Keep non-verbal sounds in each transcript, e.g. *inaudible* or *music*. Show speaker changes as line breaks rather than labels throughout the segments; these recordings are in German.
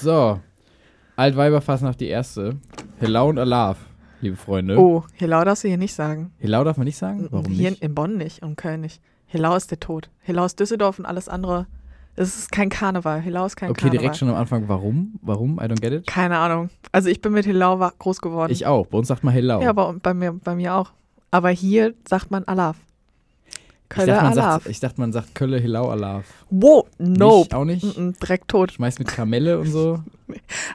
So. Altweiberfassnacht die erste. Hello und Alarv, liebe Freunde.
Oh, Helau darfst du hier nicht sagen.
Hello darf man nicht sagen? Warum
hier
nicht?
in Bonn nicht und Köln nicht. Helau ist der Tod. Helau ist Düsseldorf und alles andere. Es ist kein Karneval. Helau ist kein
Okay,
Karneval.
direkt schon am Anfang. Warum? Warum? I don't get it.
Keine Ahnung. Also ich bin mit Helau wa- groß geworden.
Ich auch. Bei uns sagt man Hello.
ja, bei, bei, mir, bei mir auch. Aber hier sagt man Alaf.
ich, dachte,
Kölner
man
Alaf.
sagt, ich dachte, man sagt Kölle, Hello, Alarv.
Wow,
Nicht,
nope.
auch nicht.
Mm -mm, direkt tot.
Schmeißt mit Kamelle und so.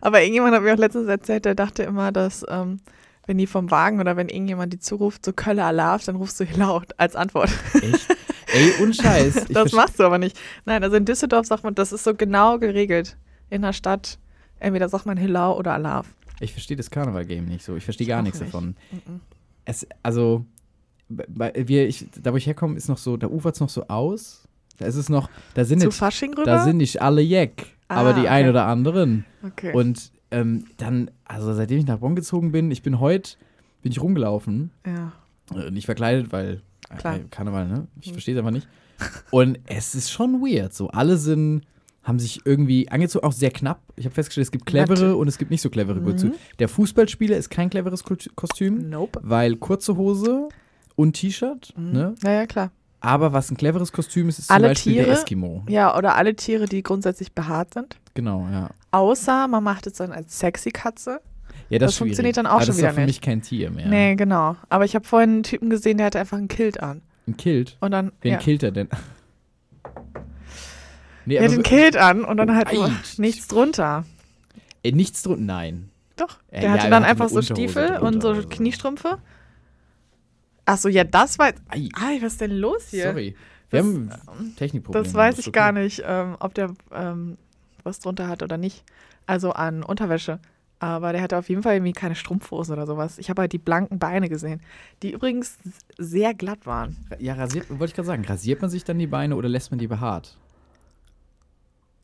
Aber irgendjemand hat mir auch letztens erzählt, der dachte immer, dass ähm, wenn die vom Wagen oder wenn irgendjemand die zuruft, so Kölle Alaf, dann rufst du Helau als Antwort.
Echt? Ey, und
*laughs*
Scheiß. Ich
das
verste-
machst du aber nicht. Nein, also in Düsseldorf sagt man, das ist so genau geregelt. In der Stadt, entweder sagt man Hillau oder Alav.
Ich verstehe das Karneval-Game nicht so. Ich verstehe
Ich
gar
auch
nichts
nicht.
davon. Es, also, bei- bei, wir, ich, da wo ich herkomme, ist noch so, da ufert es noch so aus. Da ist es noch, da sind,
Zu
nicht,
Fasching rüber?
da sind nicht alle Jack,
Ah,
aber die
okay.
ein oder anderen.
okay.
Und ähm, dann, also seitdem ich nach Bonn gezogen bin, ich bin heute, bin ich rumgelaufen,
ja.
äh, nicht verkleidet, weil äh,
Klar. Mhm.
äh, Karneval, ne? Ich verstehe es einfach nicht. Und es ist schon weird. So, alle sind, haben sich irgendwie angezogen, auch sehr knapp. Ich habe festgestellt, es gibt clevere
Natürlich.
und es gibt nicht so clevere
Mhm.
Kostüme. Der Fußballspieler ist kein cleveres Kostü- Kostüm,
Nope.
weil kurze Hose und T-Shirt, ne?
Ja, ja, klar.
Aber was ein cleveres Kostüm ist, ist zum
Mhm. Alle
Beispiel der
Tiere?
Eskimo.
Ja, oder alle Tiere, die grundsätzlich behaart sind.
Genau, ja.
Außer man macht es dann als sexy Katze.
Ja, das,
Das
ist schwierig.
funktioniert dann auch
Aber
schon
Das ist
wieder
doch für
nicht.
mich kein Tier mehr.
Nee, genau. Aber ich habe vorhin einen Typen gesehen, der hatte einfach einen Kilt an.
Ein Kilt.
Und dann.
Wen
ja.
killt er
*laughs*
denn? Nee,
Der
aber
hat den Kilt an und dann halt nur
Ei.
nichts drunter.
äh, nichts drunter. Nein.
Doch.
Äh, ja,
Der hatte
er
dann
hatte
einfach
eine
so
Unterhose
Stiefel
drunter
und so
oder so.
Kniestrümpfe. Ach so, ja, das war.
Ei,
Ei, was ist denn los Ah, hier?
sorry. Wir
Das-
haben ein Technikproblem.
Das weiß ich gar nicht, ähm, ob der ähm, was drunter hat oder nicht. Also an Unterwäsche. Aber der hatte auf jeden Fall irgendwie keine Strumpfhosen oder sowas. Ich habe halt die blanken Beine gesehen, die übrigens sehr glatt waren.
Ja, rasiert, wollte ich gerade sagen, rasiert man sich dann die Beine oder lässt man die behaart?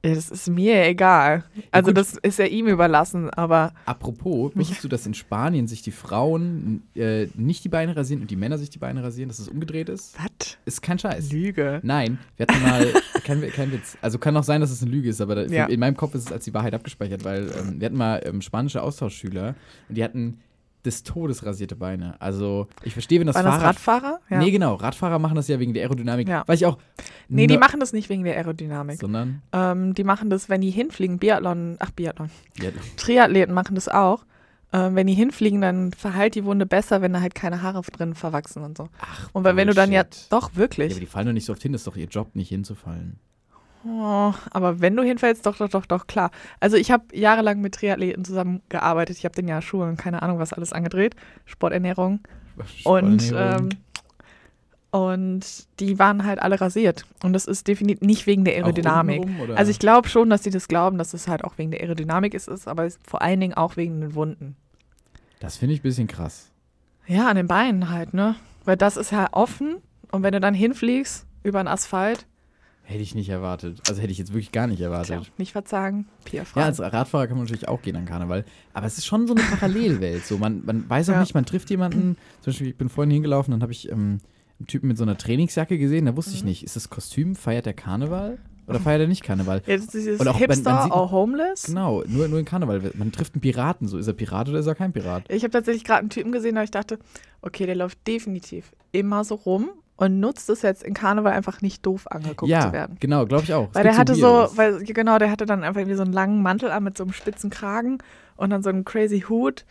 Ja, das ist mir egal. Also
gut.
das ist ja ihm überlassen, aber
Apropos,
*laughs*
wusstest du, dass in Spanien sich die Frauen äh, nicht die Beine rasieren und die Männer sich die Beine rasieren, dass es umgedreht ist?
was?
Ist kein Scheiß.
Lüge.
Nein, wir hatten mal,
*laughs*
kein, kein Witz, also kann auch sein, dass es eine Lüge ist, aber da,
Ja.
in meinem Kopf ist es als die Wahrheit abgespeichert, weil ähm, wir hatten mal ähm, spanische Austauschschüler und die hatten des Todes rasierte Beine. Also ich verstehe, wenn das
Waren das
Fahrrad...
Radfahrer? Ja.
Nee, genau, Radfahrer machen das ja wegen der Aerodynamik,
Ja.
weil ich auch...
nee, die
Ne-
machen das nicht wegen der Aerodynamik.
Sondern...
Ähm, die machen das, wenn die hinfliegen, Biathlon, ach Biathlon,
Ja,
Triathleten machen das auch. Ähm, wenn die hinfliegen, dann verheilt die Wunde besser, wenn da halt keine Haare drin verwachsen und so.
Ach,
Und weil wenn du dann ja,
Bullshit.
doch
Ja,
wirklich.
aber die fallen doch nicht so oft hin, das ist doch ihr Job, nicht hinzufallen.
oh, aber wenn du hinfällst, doch, doch, doch, doch, klar. Also ich habe jahrelang mit Triathleten zusammengearbeitet. Ich habe den ja Schuhe und keine Ahnung, was alles angedreht. Sporternährung. Und, ähm, und die waren halt alle rasiert. Und das ist definitiv nicht wegen der Aerodynamik. Also ich glaube schon, dass die das glauben, dass es halt auch wegen der Aerodynamik ist, ist aber es- vor allen Dingen auch wegen den Wunden.
das finde ich ein bisschen krass.
Ja, an den Beinen halt, ne? Weil das ist ja offen und wenn du dann hinfliegst über den Asphalt,
Hätte ich nicht erwartet. Also hätte ich jetzt wirklich gar nicht
tja,
erwartet.
nicht verzagen, Pia
Also Ja, also, als Radfahrer kann man natürlich auch gehen an Karneval. Aber es ist schon so eine Parallelwelt. So, man, man weiß auch
Ja.
nicht, man trifft jemanden. Zum Beispiel, ich bin vorhin hingelaufen, dann habe ich ähm, einen Typen mit so einer Trainingsjacke gesehen. Da wusste
Mhm.
ich nicht, ist das Kostüm, feiert der Karneval oder feiert er nicht Karneval?
Jetzt dieses
Und auch, man- man
Hipster,
sieht-
or homeless.
Genau, nur, nur in Karneval. Man trifft einen Piraten. So, ist er Pirat oder ist er kein Pirat?
Ich habe tatsächlich gerade einen Typen gesehen, da ich dachte, okay, der läuft definitiv immer so rum und nutzt es jetzt in Karneval einfach nicht doof angeguckt
ja,
zu werden.
genau, glaube ich auch. Es
Weil der
gibt
hatte so,
Weirdos.
weil, genau, der hatte dann einfach irgendwie so einen langen Mantel an mit so einem spitzen Kragen und dann so einem crazy Hut.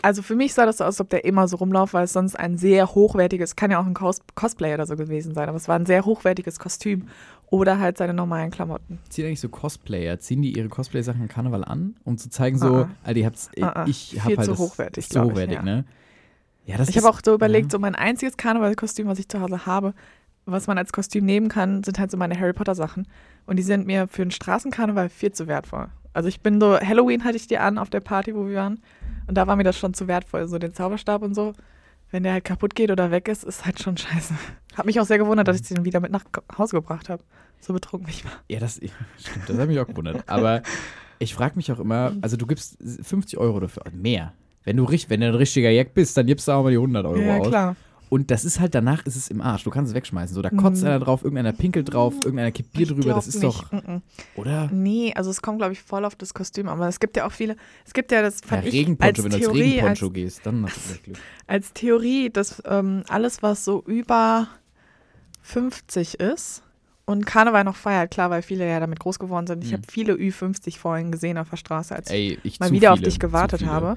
Also für mich sah das so aus, als ob der immer so rumlauft, weil es sonst ein sehr hochwertiges, kann ja auch ein Cos Cosplay oder so gewesen sein, aber es war ein sehr hochwertiges Kostüm oder halt seine normalen Klamotten.
ziehen eigentlich so Cosplayer, ziehen die ihre Cosplay-Sachen im Karneval an, um zu zeigen so,
Ah,
Alter, ihr habt's, ich,
Ah, ah.
ich hab
Viel
halt
zu
das,
hochwertig,
ist zu
glaub ich,
hochwertig,
ja.
ne? Ja, das
Ich
ist-
habe auch so überlegt,
ja.
so mein einziges Karnevalskostüm, was ich zu Hause habe, was man als Kostüm nehmen kann, sind halt so meine Harry Potter Sachen. Und die sind mir für einen Straßenkarneval viel zu wertvoll. Also ich bin so, Halloween hatte ich die an auf der Party, wo wir waren. Und da war mir das schon zu wertvoll. So den Zauberstab und so. Wenn der halt kaputt geht oder weg ist, ist halt schon scheiße. *laughs* Hab mich auch sehr gewundert, dass ich den wieder mit nach Hause gebracht habe. So betrunken ich war.
Ja, das stimmt, das hat mich auch gewundert. Aber ich frage mich auch immer, also du gibst also 50 Euro dafür, mehr. Wenn du, richt- wenn du ein richtiger Jack bist, dann gibst du auch mal die 100 Euro
ja,
aus.
klar.
Und das ist halt danach ist es im Arsch. Du kannst es wegschmeißen. So, da kotzt
Mhm.
einer drauf, irgendeiner pinkelt drauf, irgendeiner kippt Bier
Ich
drüber. Das
glaub
ist doch,
nicht. Mhm.
oder?
Nee, also es kommt, glaube ich, voll auf das Kostüm an. Aber es gibt ja auch viele, es gibt ja das,
Ja,
fand ich, als
Regenponcho, wenn du als
Theorie, als,
Regenponcho gehst, dann hast du echt
*laughs*
Glück.
als Theorie, dass ähm, alles, was so über 50 ist und Karneval noch feiert, klar, weil viele ja damit groß geworden sind. Ich
Mhm.
habe viele Ü50 vorhin gesehen auf der Straße, als
Ey, ich
mal
zu
wieder auf
viele,
dich
zu
gewartet
viele.
habe.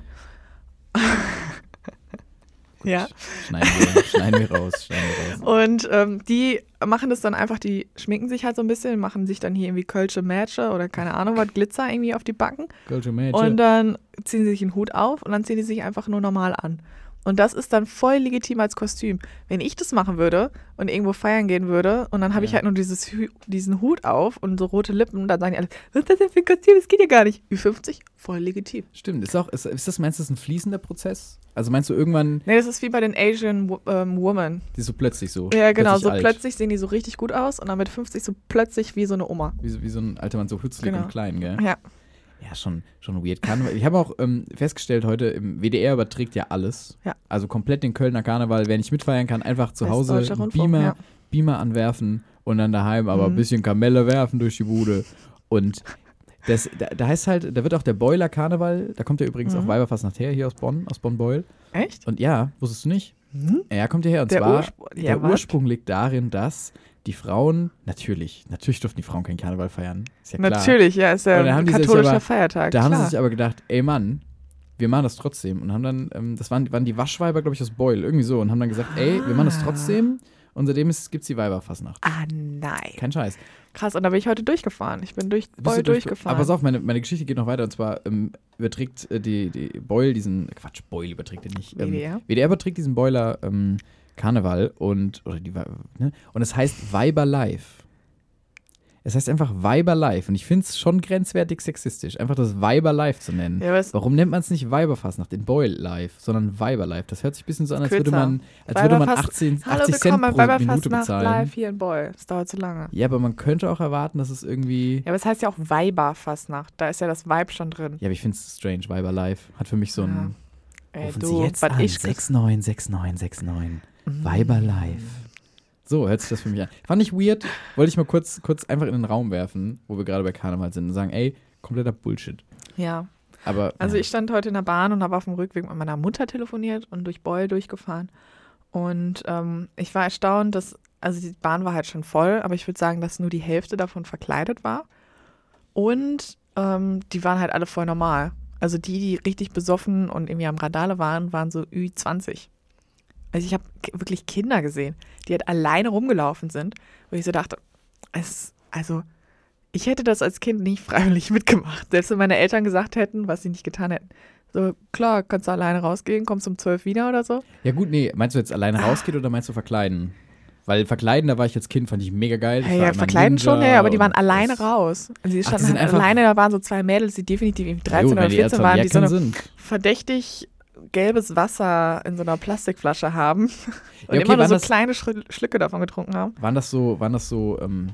Gut,
Ja.
Schneiden
*laughs*
wir, schneiden wir raus, schneiden wir raus.
Und ähm, die machen das dann einfach, die schminken sich halt so ein bisschen, machen sich dann hier irgendwie Kölsche Matche oder keine Ahnung was, Glitzer irgendwie auf die Backen
Culture Magic.
und äh, dann ziehen sie sich einen Hut auf und dann ziehen sie sich einfach nur normal an. Und das ist dann voll legitim als Kostüm. Wenn ich das machen würde und irgendwo feiern gehen würde und dann habe ich
Ja.
halt nur dieses, Hü- diesen Hut auf und so rote Lippen, dann sagen die alle, was ist das denn für ein Kostüm, das geht ja gar nicht. Ü50, voll legitim.
Stimmt, ist auch, ist, ist das, meinst du, das ist ein fließender Prozess? Also meinst du irgendwann,
Nee, das ist wie bei den Asian Wo- ähm, Women.
die ist so plötzlich so?
Ja, genau, so
alt.
plötzlich sehen die so richtig gut aus und dann mit 50 so plötzlich wie so eine Oma.
Wie, so- wie so ein alter Mann, so hützlig
Genau.
und klein, gell?
Ja.
Ja, schon, schon weird. Karneval. Ich habe auch ähm, festgestellt heute, im WDR überträgt ja alles.
Ja.
Also komplett den Kölner Karneval. Wer nicht mitfeiern kann, einfach zu Hause
Westdeutscher
einen
Rundfunk,
Beamer,
ja.
Beamer anwerfen und dann daheim aber ein
Mhm.
bisschen Kamelle werfen durch die Bude. Und das, da, da heißt halt, da wird auch der Boiler Karneval, da kommt ja übrigens auch
Mhm.
Weiberfass nachher hier aus Bonn, aus Bonn-Beul.
Echt?
Und ja, wusstest du nicht?
Mhm.
Ja, kommt hierher. Und
Der
zwar,
Urspr- ja,
der
was?
Ursprung liegt darin, dass die Frauen, natürlich, natürlich durften die Frauen keinen Karneval feiern. Ist ja klar.
Natürlich, ja, ist ja
Und dann haben
ein
die sich
katholischer
aber-
Feiertag.
Da haben
klar.
sie sich aber gedacht, ey Mann, wir machen das trotzdem. Und haben dann, ähm, das waren, waren die Waschweiber, glaube ich, aus Beul, irgendwie so. Und haben dann gesagt, ey, wir machen das
Ah.
trotzdem. Und seitdem gibt es die Weiberfassnacht.
ah, nein.
Kein Scheiß.
Krass, und da bin ich heute durchgefahren. Ich bin durch
Bist
voll
du durch-
durchgefahren.
Aber pass auf, meine, meine Geschichte geht noch weiter. Und zwar ähm, überträgt äh, die, die Beul diesen, Quatsch, Beul überträgt den nicht. Ähm,
WDR?
WDR überträgt diesen Boiler ähm, Karneval und, oder die, Wei- ne? und es heißt Weiber Live. Es heißt einfach Weiber Live. Und ich finde es schon grenzwertig sexistisch, einfach das Weiber Live zu nennen.
Ja, aber es-
Warum nennt man es nicht Weiberfassnacht in Boil Live, sondern Weiber Live? Das hört sich ein bisschen so an, als würde
Kürzer.
man, als würde man
Weiberfass-
18,
Hallo,
80 Cent
willkommen
pro
bei Weiberfass
Minute
Nacht
bezahlen.
live hier in Beul. Das dauert zu lange.
Ja, aber man könnte auch erwarten, dass es irgendwie.
Ja, aber es heißt ja auch Weiberfassnacht. Da ist ja das Weib schon drin.
Ja, aber ich finde es strange. Weiber Live hat für mich so ein.
Ey,
rufen
Äh, du,
Sie jetzt
was
an.
ich Mm. krieg.
696969. Weiber Live. So hört sich das für mich an. Fand ich weird. Wollte ich mal kurz, kurz einfach in den Raum werfen, wo wir gerade bei Karneval sind und sagen, ey, kompletter Bullshit.
Ja.
Aber
Also
ja,
ich stand heute in der Bahn und habe auf dem Rückweg mit meiner Mutter telefoniert und durch Beul durchgefahren. Und ähm, ich war erstaunt, dass, also die Bahn war halt schon voll, aber ich würde sagen, dass nur die Hälfte davon verkleidet war. Und ähm, die waren halt alle voll normal. Also die, die richtig besoffen und irgendwie am Radale waren, waren so Ü20. Also ich habe wirklich Kinder gesehen, die halt alleine rumgelaufen sind, wo ich so dachte, es, also ich hätte das als Kind nicht freiwillig *laughs* mitgemacht. Selbst wenn meine Eltern gesagt hätten, was sie nicht getan hätten. So, klar, kannst du alleine rausgehen, kommst um 12 wieder oder so.
ja gut, nee, meinst du jetzt alleine
Ah.
rausgeht oder meinst du verkleiden? Weil verkleiden, da war ich als Kind, fand ich mega geil. Ich
Hey,
war
ja,
immer
verkleiden
Ninja
schon, ja, aber die waren
und
alleine
das-
raus. Also die
Ach, die
standen
sind
halt
einfach-
alleine, da waren so zwei Mädels, die definitiv irgendwie 13
Ja, gut,
oder
wenn die
14
Eltern
waren, die so
Jacken
eine
sind.
verdächtig gelbes Wasser in so einer Plastikflasche haben *laughs* und
okay,
immer nur
waren
so
das-
kleine Schrü- Schlücke davon getrunken haben.
Waren das so, waren das so, ähm,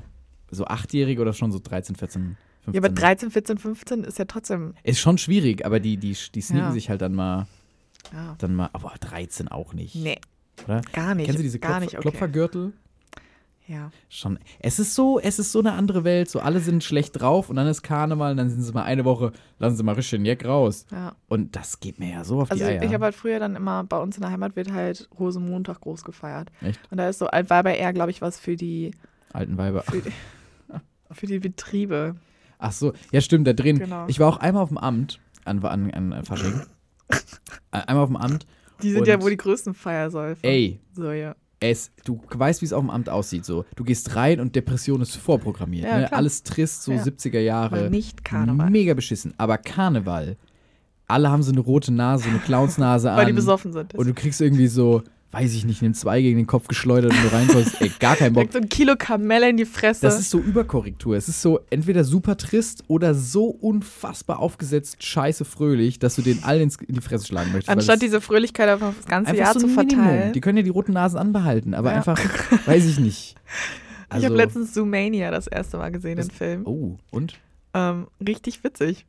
so Achtjährige oder schon so 13, 14, 15?
Ja, aber 13, 14, 15 ist ja trotzdem,
Ist schon schwierig, aber die, die, die sneaken
Ja.
sich halt dann mal,
ja,
dann mal, aber 13 auch nicht.
nee,
Oder?
gar nicht.
Kennst du diese
gar
Klopfer,
nicht, okay.
Klopfergürtel?
Ja.
Schon. Es ist so, es ist so eine andere Welt. So alle sind schlecht drauf und dann ist Karneval und dann sind sie mal eine Woche, lassen sie mal richtig den Jack raus.
Ja.
Und das geht mir ja so auf
Also
die Eier.
ich habe halt früher dann immer, bei uns in der Heimat wird halt Rosenmontag groß gefeiert.
Echt?
Und da ist so Altweiber eher, glaube ich, was für die,
Alten Weiber.
für die, für die Betriebe.
Ach so, ja stimmt, da drin.
Genau.
Ich war auch einmal auf dem Amt an, an, an, an Fasching. Ä- einmal auf dem Amt.
Die sind
Und-
ja wohl die größten Feiersäufe.
Ey,
So, ja.
es, du weißt, wie es auf dem Amt aussieht. So. Du gehst rein und Depression ist vorprogrammiert.
Ja,
ne?
klar.
Alles trist, so
Ja.
70er Jahre.
Aber nicht Karneval.
Mega beschissen. Aber Karneval, alle haben so eine rote Nase, so eine Clownsnase an.
*laughs* Weil die besoffen sind.
Und du kriegst irgendwie so, weiß ich nicht, einen Zwei gegen den Kopf geschleudert und du reinkommst, ey, gar
*laughs*
keinen Bock.
Kriegt so ein Kilo Kamelle in die Fresse.
Das ist so Überkorrektur. Es ist so entweder super trist oder so unfassbar aufgesetzt scheiße fröhlich, dass du den allen ins- in die Fresse schlagen möchtest. weil
Anstatt
es
diese Fröhlichkeit einfach auf das ganze
einfach
Jahr
so
zu
ein Minimum.
verteilen.
Die können ja die roten Nasen anbehalten, aber
Ja. *laughs*
einfach, weiß ich nicht.
ich habe letztens Zoomania das erste Mal gesehen, den
also Das-
Film.
Oh, und?
Ähm, richtig witzig.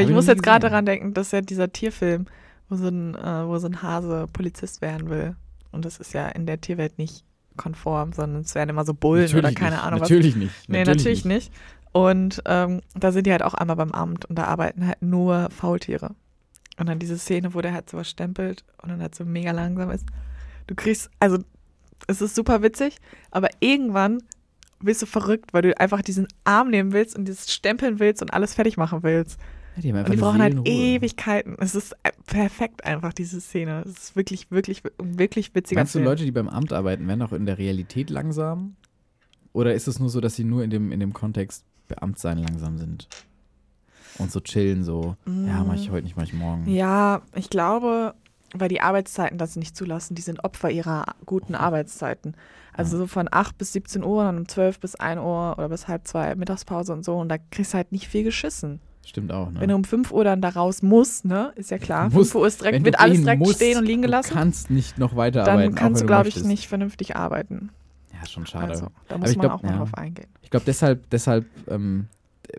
Hab
ich
ich
muss
noch nie
jetzt gerade
gesehen.
daran denken, dass ja dieser Tierfilm, wo so ein, äh, wo so ein Hase Polizist werden will. Und das ist ja in der Tierwelt nicht konform, sondern es werden immer so Bullen oder keine
nicht.
Ahnung was.
Natürlich nicht.
Nee, natürlich nicht. Und ähm, da sind die halt auch einmal beim Amt und da arbeiten halt nur Faultiere. Und dann diese Szene, wo der halt so was stempelt und dann halt so mega langsam ist. Du kriegst, also es ist super witzig, aber irgendwann bist du verrückt, weil du einfach diesen Arm nehmen willst und dieses Stempeln willst und alles fertig machen willst.
Ja, die haben
Und die
eine
brauchen halt
Seelenruhe.
Ewigkeiten. Es ist äh, perfekt einfach, diese Szene. Es ist wirklich, wirklich, wirklich witziger
Meinst du,
Film.
Leute, die beim Amt arbeiten, werden auch in der Realität langsam? Oder ist es nur so, dass sie nur in dem, in dem Kontext Beamtsein langsam sind? Und so chillen, so, ja, mach ich heute nicht, mach ich morgen.
Mm. Ja, ich glaube, weil die Arbeitszeiten das nicht zulassen, die sind Opfer ihrer guten Arbeitszeiten. Also so von 8 bis 17 Uhr, dann um 12 bis 1 Uhr oder bis halb zwei Mittagspause und so. Und da kriegst du halt nicht viel geschissen.
Stimmt auch, ne?
Wenn du um 5 Uhr dann da raus musst, ne, ist ja klar.
Du musst,
5 Uhr ist
Wenn
direkt,
du
wird alles
gehen
direkt
musst,
stehen und liegen
Du
gelassen.
kannst nicht noch weiterarbeiten.
Dann
auch wenn
kannst du, glaube ich,
möchtest.
nicht vernünftig arbeiten.
Ja, schon schade.
Also, da
ich
muss man
glaub,
auch mal
ja.
drauf eingehen.
Ich glaube, deshalb, deshalb ähm,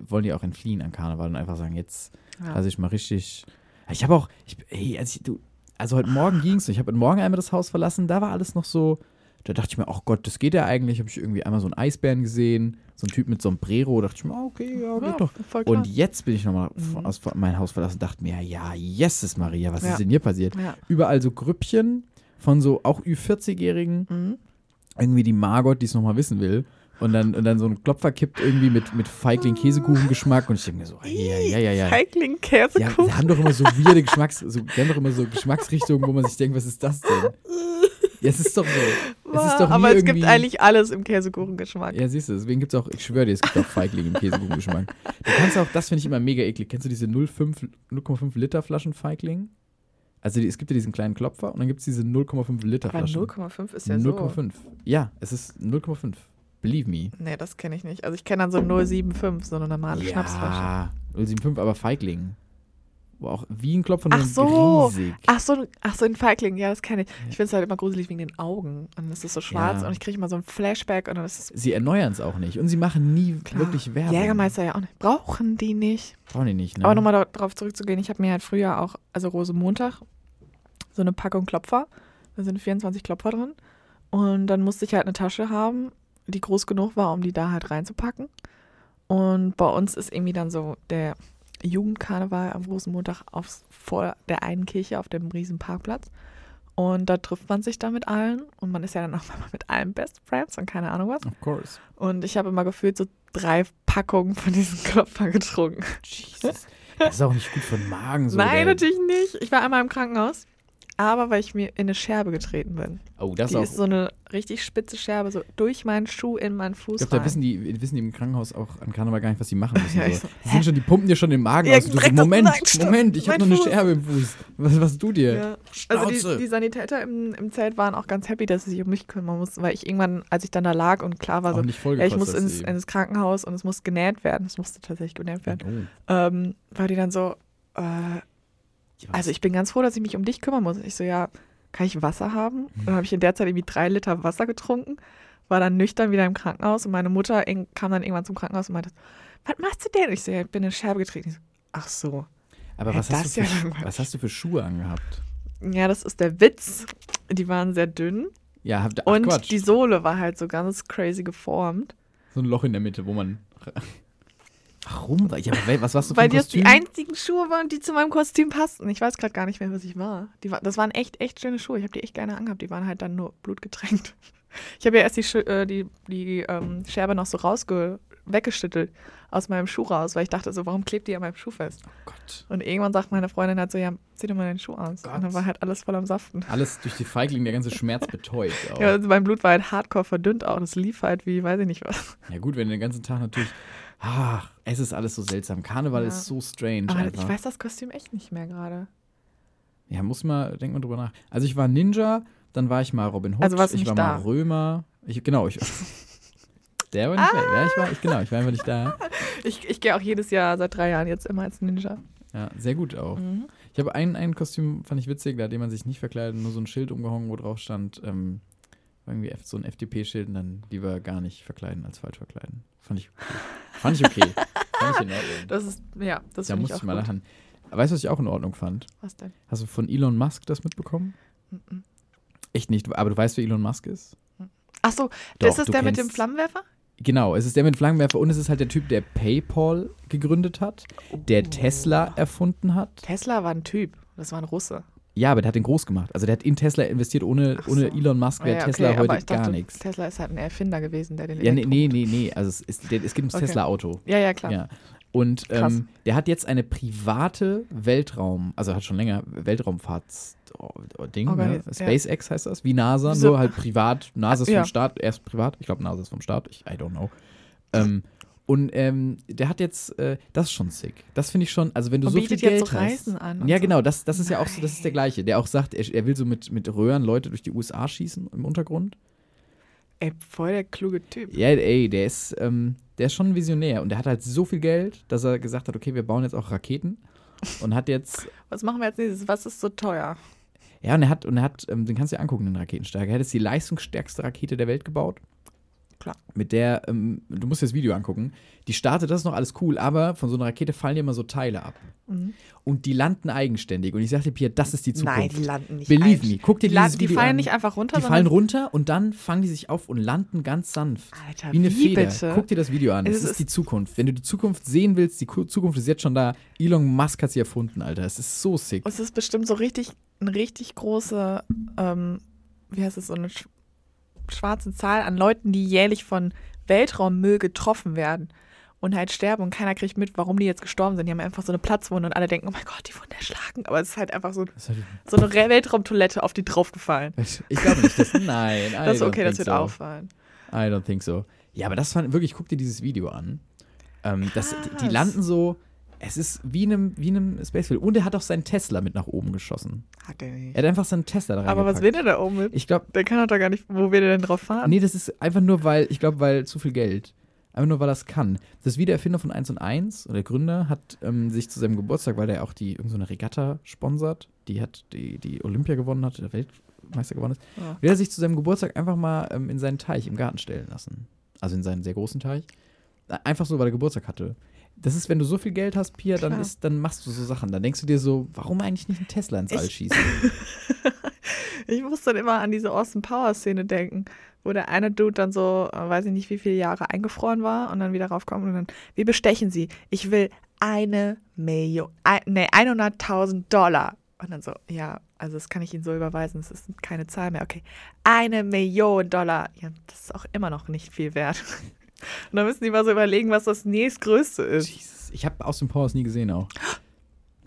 wollen die auch entfliehen an Karneval und einfach sagen, jetzt
Ja.
Also ich mal richtig. Ich habe auch, ich, ey, als ich, du, also heute Morgen ging's. noch. Ich habe heute Morgen einmal das Haus verlassen. Da war alles noch so. Da dachte ich mir, ach Gott, das geht ja eigentlich. Habe ich irgendwie einmal so einen Eisbären gesehen, so einen Typ mit Sombrero. Dachte ich mir, ah, okay, ja, geht
Ja,
doch.
voll klar.
Und jetzt bin ich nochmal
Mhm.
aus mein Haus verlassen. Dachte mir, ja, Jesus Maria, was
Ja.
ist denn hier passiert?
ja.
Überall so Grüppchen von so auch Ü40-Jährigen.
Mhm.
Irgendwie die Margot, die es nochmal wissen will. Und dann, und dann so ein Klopfer kippt irgendwie mit, mit Feigling-Käsekuchengeschmack. Und ich denke mir so, ja, ja, ja, ja.
Feigling
Ja, die
Käsekuchen.
haben doch immer so weirde Geschmacks, so, die haben doch immer so Geschmacksrichtungen, wo man sich denkt, was ist das
*laughs*
denn? Ja, es ist doch so. Es ist doch nie
aber es
irgendwie,
gibt eigentlich alles im Käsekuchengeschmack.
Ja, siehst du, deswegen gibt es auch, ich schwöre dir, es gibt auch Feigling im
*laughs*
Käsekuchengeschmack. Du kannst auch, das finde ich immer mega eklig. Kennst du diese 0,5 0,5 Liter Flaschen Feigling? Also die, es gibt ja diesen kleinen Klopfer und dann gibt es diese 0,5 Liter
aber
Flaschen.
0,5 ist ja so.
0,5. Ja, es ist 0,5. Believe me.
Nee, das kenne ich nicht. Also ich kenne dann so 0,75, so eine normale Schnapsflasche.
ja, 0,75, aber Feigling. Wo auch wie ein Klopfer,
Ach so.
riesig.
Ach so, ach so, ein Feigling, ja, das kenne ich. Ich finde es halt immer gruselig wegen den Augen. Und dann ist es so schwarz
Ja.
und ich kriege immer so ein Flashback und dann ist es
sie erneuern es auch nicht und sie machen nie
klar.
wirklich Werbung.
Jägermeister ja auch nicht. Brauchen die nicht.
Brauchen die nicht, ne?
Aber nochmal darauf zurückzugehen, ich habe mir halt früher auch, also Rosenmontag, so eine Packung Klopfer. Da sind 24 Klopfer drin. Und dann musste ich halt eine Tasche haben, die groß genug war, um die da halt reinzupacken. Und bei uns ist irgendwie dann so der Jugendkarneval am Rosenmontag aufs, vor der einen Kirche auf dem riesen Parkplatz. Und da trifft man sich dann mit allen und man ist ja dann auch *laughs* mal mit allen Best Friends und keine Ahnung was.
Of course.
Und ich habe immer gefühlt so drei Packungen von diesen *laughs* Klopfer getrunken.
Jesus. Das ist auch nicht gut für den Magen. So
Nein,
der,
natürlich nicht. Ich war einmal im Krankenhaus, aber weil ich mir in eine Scherbe getreten bin.
Oh, das
Die
auch.
ist so eine richtig spitze Scherbe, so durch meinen Schuh in meinen Fuß.
ich glaube, da
rein.
wissen die, wissen die im Krankenhaus auch an Karneval gar nicht, was sie machen müssen.
*laughs* Ja, ich
so.
so,
die, sind schon, die pumpen dir schon den Magen
Ja,
aus. Und du so,
direkt auf den
Moment,
Magen, stimmt.
Moment, ich habe
Mein
noch eine
Fuß.
Scherbe im Fuß. Was, was du dir?
ja. Also die,
Schnauze.
die Sanitäter im, im Zelt waren auch ganz happy, dass sie sich um mich kümmern mussten, weil ich irgendwann, als ich dann da lag und klar war,
auch
so,
nicht
ja,
vollgekotzt.
ich muss
hast du
ins,
eben.
ins Krankenhaus und es muss genäht werden. Es musste tatsächlich genäht werden.
Oh.
Ähm, war die dann so, äh, also ich bin ganz froh, dass ich mich um dich kümmern muss. Ich so, ja, kann ich Wasser haben?
Mhm.
Und dann habe ich in der Zeit irgendwie drei Liter Wasser getrunken, war dann nüchtern wieder im Krankenhaus und meine Mutter ing- kam dann irgendwann zum Krankenhaus und meinte, was machst du denn? Ich so, ja, ich bin in Scherbe getreten. Ich so, ach so.
Aber
Ja,
was hast,
das
du
ja
für,
langweilig.
was hast du für Schuhe angehabt?
Ja, das ist der Witz. Die waren sehr dünn
Ja, habt ach,
und
Quatsch.
die Sohle war halt so ganz crazy geformt.
so ein Loch in der Mitte, wo man. *laughs* Warum? Ja, aber was warst du für
Weil
ein
die das
Kostüm?
die einzigen Schuhe waren, die zu meinem Kostüm passten. Ich weiß gerade gar nicht mehr, was ich war. Die war das waren echt, echt schöne Schuhe. Ich habe die echt gerne angehabt. Die waren halt dann nur blutgetränkt. *laughs* Ich habe ja erst die, Schü- äh, die, die ähm, Scherbe noch so rausge weggeschüttelt aus meinem Schuh raus, weil ich dachte so, warum klebt die an meinem Schuh fest?
Gott.
Und irgendwann sagt meine Freundin halt so, ja, zieh doch mal deinen Schuh aus.
Gott.
Und dann war halt alles voll am Saften.
Alles durch die Feigling, der ganze Schmerz betäubt. oh. Auch.
Ja, also mein Blut war halt hardcore verdünnt auch. Das lief halt wie, weiß ich nicht was.
Ja gut, wenn du den ganzen Tag natürlich, ach, es ist alles so seltsam. Karneval
Ja.
ist so strange
Aber
einfach.
ich weiß das Kostüm echt nicht mehr gerade.
Ja, muss mal, denk mal drüber nach. Also ich war Ninja, dann war ich mal Robin Hood,
Also warst du
ich
nicht
war
da?
mal Römer. Ich, genau, ich *laughs* Der war
Ah!
nicht da. Ja, ich war, ich, genau, ich war einfach nicht da.
Ich, ich gehe auch jedes Jahr seit drei Jahren jetzt immer als Ninja.
Ja, sehr gut auch.
Mhm.
Ich habe ein, ein Kostüm, fand ich witzig, da hat jemand sich nicht verkleidet, nur so ein Schild umgehangen, wo drauf stand, ähm, irgendwie F- so ein FDP-Schild und dann lieber gar nicht verkleiden als falsch verkleiden. Fand ich okay. Fand ich
*laughs*
okay. fand ich in Ordnung.
Das ist, ja, das
da
finde ich
musste ich
auch
mal
gut.
lachen. Weißt du, was ich auch in Ordnung fand?
Was denn?
Hast du von Elon Musk das mitbekommen?
Mhm.
Echt nicht, aber du weißt, wer Elon Musk ist?
Achso,
Doch,
ist das
du
der mit dem
kennst-
Flammenwerfer?
Genau, es ist der mit Flammenwerfer und es ist halt der Typ, der PayPal gegründet hat,
Oh.
der Tesla erfunden hat.
Tesla war ein Typ. Das war ein Russe.
Ja, aber der hat den groß gemacht. Also der hat in Tesla investiert. Ohne,
Ach so.
ohne Elon Musk wäre
Ah ja,
Tesla
okay, aber
heute
ich dachte,
gar nichts.
Tesla ist halt ein Erfinder gewesen, der den
Ja, nee,
Elektro-
nee, nee, nee. Also es, ist, der, es geht ums
Okay.
Tesla-Auto.
ja, ja, klar.
Ja. Und
Krass.
ähm, der hat jetzt eine private Weltraum, also hat schon länger Weltraumfahrts-Ding,
Organis-
ne?
ja.
SpaceX heißt das, wie NASA,
Wieso-
nur halt privat. NASA ist
Ja.
vom Staat, erst privat, ich glaube, NASA ist vom Staat, ich, I don't know. Ähm, und ähm, der hat jetzt, äh, das ist schon sick. Das finde ich schon, also wenn du
Und
so viel
bietet
Geld
jetzt so Reisen
hast.
an und
ja,
so.
genau, das, das ist ja auch so, das ist der gleiche, der auch sagt, er, er will so mit, mit Röhren Leute durch die USA schießen im Untergrund.
Ey, voll der kluge Typ.
Ja, ey, der ist, ähm, der ist schon visionär und der hat halt so viel Geld, dass er gesagt hat, okay, wir bauen jetzt auch Raketen und hat jetzt,
Was machen wir als nächstes? Was ist so teuer?
ja, und er hat, und er hat, ähm, den kannst du dir angucken, den Raketensteiger. Er hat jetzt die leistungsstärkste Rakete der Welt gebaut.
Klar.
Mit der, ähm, du musst dir das Video angucken. Die startet, das ist noch alles cool, aber von so einer Rakete fallen dir immer so Teile ab.
Mhm.
Und die landen eigenständig. Und ich sagte, Pia, das ist die Zukunft.
Nein, die landen nicht.
Believe
ein.
me, guck dir
die, la-
dieses
die
Video
fallen
an.
nicht einfach runter,
Die fallen
sondern
runter und dann fangen die sich auf und landen ganz sanft.
Alter,
wie eine
wie
Feder.
bitte?
Guck dir das Video an.
Es
Es, ist,
ist-
die Zukunft. Wenn du die Zukunft sehen willst, die Ku- Zukunft ist jetzt schon da. Elon Musk hat sie erfunden, Alter. Es ist so sick.
Und es ist bestimmt so richtig, eine richtig große, ähm, wie heißt es, so eine sch schwarze Zahl an Leuten, die jährlich von Weltraummüll getroffen werden und halt sterben und keiner kriegt mit, warum die jetzt gestorben sind. Die haben einfach so eine Platzwunde und alle denken, oh mein Gott, die wurden erschlagen. Aber es ist halt einfach so,
Das hab ich-
so eine Re- Weltraumtoilette auf die draufgefallen.
Ich glaube nicht,
*laughs*
dass. Nein, I
Das ist
don't
okay, das
think
wird
so.
auffallen.
I don't think so. Ja, aber das fand wirklich, guck dir dieses Video an. Ähm, das, die- die
Krass.
landen so. Es ist wie in einem, wie in einem Spacefield. Und er hat auch seinen Tesla mit nach oben geschossen.
Hat der nicht.
Er hat einfach seinen Tesla da
Aber was
reingepackt.
will der da oben mit?
Ich glaube,
Der kann doch da gar nicht, wo will der denn drauf fahren?
Nee, das ist einfach nur, weil, ich glaube, weil zu viel Geld. Einfach nur, weil das kann. Das ist wie der Erfinder von 1 und 1, oder der Gründer, hat ähm, sich zu seinem Geburtstag, weil der auch die irgendeine so eine Regatta sponsert, die hat die, die Olympia gewonnen hat, der Weltmeister gewonnen ist,
Ja.
will er sich zu seinem Geburtstag einfach mal ähm, in seinen Teich im Garten stellen lassen. Also in seinen sehr großen Teich. Äh, Einfach so, weil er Geburtstag hatte. Das ist, wenn du so viel Geld hast, Pia, dann,
Klar.
ist, dann machst du so Sachen. Dann denkst du dir so, warum eigentlich nicht einen Tesla ins All
Ich-
schießen?
Ich muss dann immer an diese Austin Power Szene denken, wo der eine Dude dann so, äh, weiß ich nicht, wie viele Jahre eingefroren war und dann wieder raufkommt und dann, wir bestechen sie. Ich will eine Million, ein, nee, 100.000 Dollar. Und dann so, ja, also das kann ich Ihnen so überweisen, es ist keine Zahl mehr. Okay, eine Million Dollar. Ja, das ist auch immer noch nicht viel wert. *laughs* Und dann müssen die mal so überlegen, was das nächstgrößte ist.
Jesus, ich habe Austin Powers nie gesehen auch.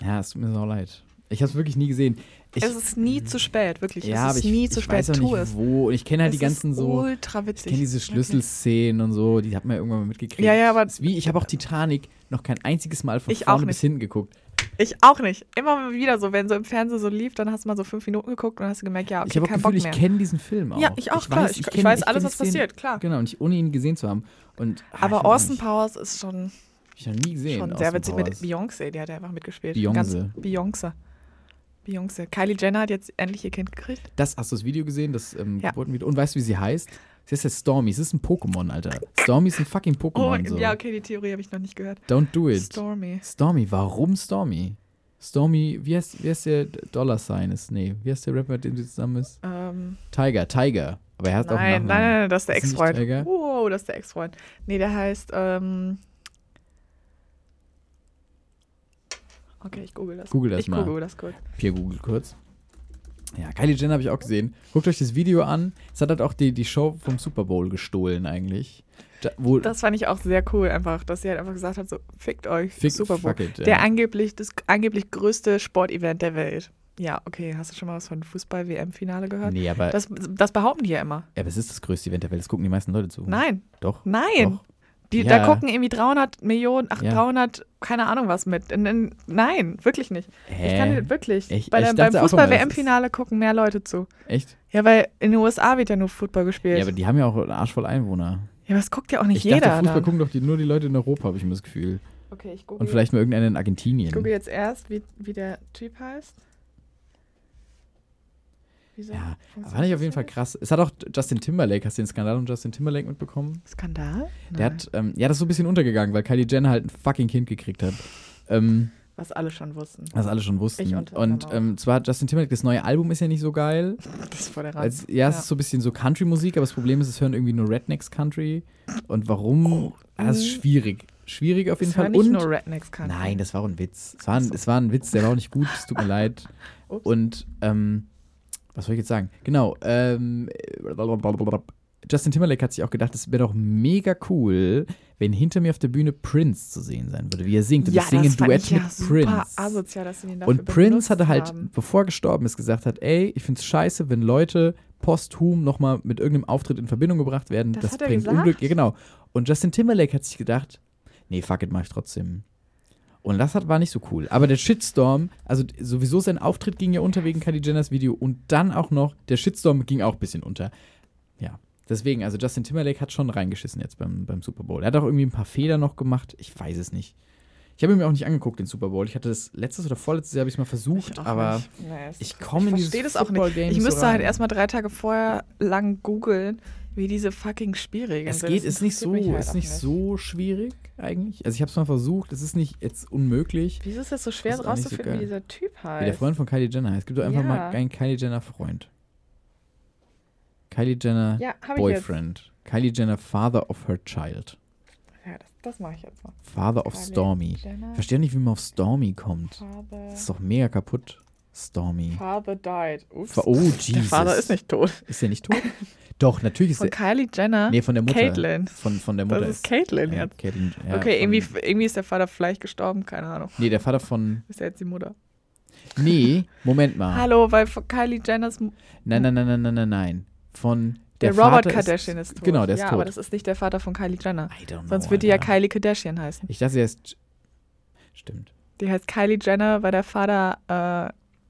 Ja, es tut mir so leid. Ich habe es wirklich nie gesehen. Ich,
es ist nie zu spät, wirklich.
ja,
es
aber
ist
ich,
nie
ich
zu spät.
weiß auch
Tu
nicht
es.
wo. Und ich kenne halt die
Es
ganzen
ist
so.
ultra witzig.
Ich kenne diese Schlüsselszenen und so. Die hat man ja irgendwann mal mitgekriegt.
Ja, ja, aber-
Ist wie, ich habe auch Titanic noch kein einziges Mal von
Ich auch
vorne
nicht.
bis hinten geguckt.
Ich auch nicht. Immer wieder so, wenn so im Fernsehen so lief, dann hast du mal so fünf Minuten geguckt und hast du gemerkt, ja, okay,
ich habe auch
keinen
Gefühl,
Bock
ich
mehr.
kenne diesen Film auch.
ja, ich auch, klar. ich, ich,
kenn-
weiß
kenn
alles,
die
was
Szenen.
passiert, klar.
Genau, nicht ohne ihn gesehen zu haben. Und, ah, ich weiß
Aber
auch
Austin
nicht.
Powers ist schon,
Hab Ich habe nie gesehen.
schon sehr
Austin
witzig mit
Powers.
Beyoncé, die hat ja einfach mitgespielt.
Beyoncé.
Ganz- Beyoncé. Beyoncé. Kylie Jenner hat jetzt endlich ihr Kind gekriegt.
Das, hast du das Video gesehen, das ähm,
Ja.
Geburtenvideo? Und weißt du, wie sie heißt? Sie heißt ja Stormy. Es ist ein Pokémon, Alter. Stormy ist ein fucking
Oh,
Pokémon. so.
ja, okay, die Theorie habe ich noch nicht gehört.
Don't do it.
Stormy.
Stormy, warum Stormy? Stormy, wie heißt, wie heißt der Dollar Sign ist? Nee, wie heißt der Rapper, mit dem sie zusammen ist?
Ähm,
Tiger, Tiger. Aber er hat auch
nein, nein,
einen
nein,
Nachnamen.
nein, das ist der
Ist nicht
Ex-Freund.
Tiger?
Wow, das ist der Ex-Freund. Nee, der heißt, ähm. Okay, ich google das.
Google das
ich
mal.
google das kurz.
Pierre googelt kurz. Ja, Kylie Jenner habe ich auch gesehen. Guckt euch das Video an. Es hat halt auch die, die Show vom Super Bowl gestohlen eigentlich. Da, wo
Das fand ich auch sehr cool, einfach, dass sie halt einfach gesagt hat, so fickt euch,
Fick-
Super Bowl.
fuck it, ja.
Der angeblich, das angeblich größte Sportevent der Welt. Ja, okay, hast du schon mal was von Fußball-WM-Finale gehört?
Nee, aber,
Das, das behaupten die ja immer.
aber es ist das größte Event der Welt. Das gucken die meisten Leute zu.
Nein,
Doch.
nein.
Doch.
Die,
Ja.
Da gucken irgendwie 300 Millionen, ach,
Ja.
300, keine Ahnung was mit. In, in, nein, wirklich nicht. Ich kann
Hä?
dir wirklich.
Ich-
bei
ich
der,
dachte
beim
auch immer, das
Fußball-WM-Finale gucken mehr Leute zu.
Echt?
Ja, weil in den USA wird ja nur Football gespielt.
Ja,
Ja,
aber
aber,
die haben ja auch einen Arsch voll Einwohner.
das guckt ja auch nicht
Ich
jeder.
dachte, Fußball
dann.
gucken doch die, nur die Leute in Europa, habe ich mir das Gefühl.
Okay, ich
Und
google,
vielleicht mal irgendeiner in
ich
Argentinien.
google jetzt erst, wie, wie der Typ heißt. Wieso?
Ja,
Wieso
fand ich auf jeden Fall
das
krass. Es hat auch Justin Timberlake, hast du den Skandal um Justin Timberlake mitbekommen?
jetzt? Skandal?
Der
Nein.
hat, ähm, ja, das ist so ein bisschen untergegangen, weil Kylie Jenner halt ein fucking Kind gekriegt hat. Ähm,
Was alle schon wussten.
Was alle schon wussten.
Ich unter anderem
und
auch.
ähm, zwar Justin Timberlake, das neue Album ist ja nicht so geil.
Das ist voll der Rand.
Als, ja, es
Ja.
ist so ein bisschen so Country-Musik, aber das Problem ist, es hören irgendwie nur Rednecks Country. Und warum? Ah, das ist
mhm.
schwierig. Schwierig auf jeden
Das hören
Fall.
nicht
Und
nur Rednecks kann.
Nein, das war ein Witz. Es war ein, es war ein Witz, der war auch nicht gut, es tut mir
*laughs*
leid.
Ups.
Und, ähm, was soll ich jetzt sagen? Genau, ähm, Justin Timberlake hat sich auch gedacht, es wäre doch mega cool, wenn hinter mir auf der Bühne Prince zu sehen sein würde, wie er singt. Und
ja,
ich singe ein
das fand
Duett
ich ja
mit
super
Prince.
asozial, dass sie den dafür
Und Prince
benutzt
hatte halt,
haben.
bevor er gestorben ist, gesagt hat, ey, ich find's scheiße, wenn Leute posthum nochmal mit irgendeinem Auftritt in Verbindung gebracht werden.
Das
Das,
hat er
bringt
gesagt?
Unglück. Ja, genau. Und Justin Timberlake hat sich gedacht, nee, fuck it, mach ich trotzdem. Und das hat, war nicht so cool. Aber der Shitstorm, also d- sowieso sein Auftritt ging ja unter wegen Kylie Jenners Video und dann auch noch, der Shitstorm ging auch ein bisschen unter. Ja. Deswegen, also Justin Timberlake hat schon reingeschissen jetzt beim, beim Super Bowl. Er hat auch irgendwie ein paar Fehler noch gemacht. Ich weiß es nicht. Ich habe ihn mir auch nicht angeguckt, den Super Bowl. Ich hatte das letztes oder vorletztes Jahr habe ich es mal versucht,
Ich auch
aber
nicht. Nee, es-
ich komme in dieses
verstehe das auch nicht.
Football-Game
Ich
nicht so
müsste halt
rein.
erstmal drei Tage vorher lang googeln, wie diese fucking Spielregeln
es
sind.
geht, ist nicht
interessiert
so,
mich halt
ist
auch
nicht so schwierig eigentlich. Also ich habe es mal versucht, es ist nicht jetzt unmöglich.
Wieso ist das so schwer
Ist auch nicht so
rauszufinden, wie
geil.
dieser Typ
Wie der
heißt?
Freund von Kylie Jenner. Es gibt doch einfach
Ja.
mal einen Kylie Jenner Freund. Kylie Jenner
ja, hab ich jetzt.
Boyfriend. Kylie Jenner Father of her child.
Ja, das, das mache ich jetzt mal.
Father of
Kylie
Stormy.
Jenner,
Ich verstehe nicht, wie man auf Stormy kommt.
Farbe,
Das ist doch mega kaputt. Stormy.
Farbe died. Ups.
Fa- Oh, Jesus.
*laughs* der Vater ist nicht tot.
Ist der nicht
*laughs*
tot? Doch, natürlich ist
Von
der.
Kylie Jenner.
Nee, von der Mutter.
Caitlyn.
Von, von der Mutter.
Das ist Caitlyn
ja,
jetzt.
Caitlyn, ja,
okay,
von,
irgendwie, irgendwie ist der Vater vielleicht gestorben, keine Ahnung.
Nee, der Vater von.
Ist ja jetzt die Mutter.
Nee, Moment mal.
Hallo, weil von Kylie Jenners M-
Nein, nein, nein, nein, nein, nein, nein. Von.
der, Robert
Vater
Kardashian ist, tot.
Genau, der ist
ja,
tot.
aber das ist nicht der Vater von Kylie Jenner.
I don't know,
Sonst würde die ja
Alter.
Kylie Kardashian heißen.
Ich dachte, er ist. Stimmt.
Die heißt Kylie Jenner, weil der Vater, äh,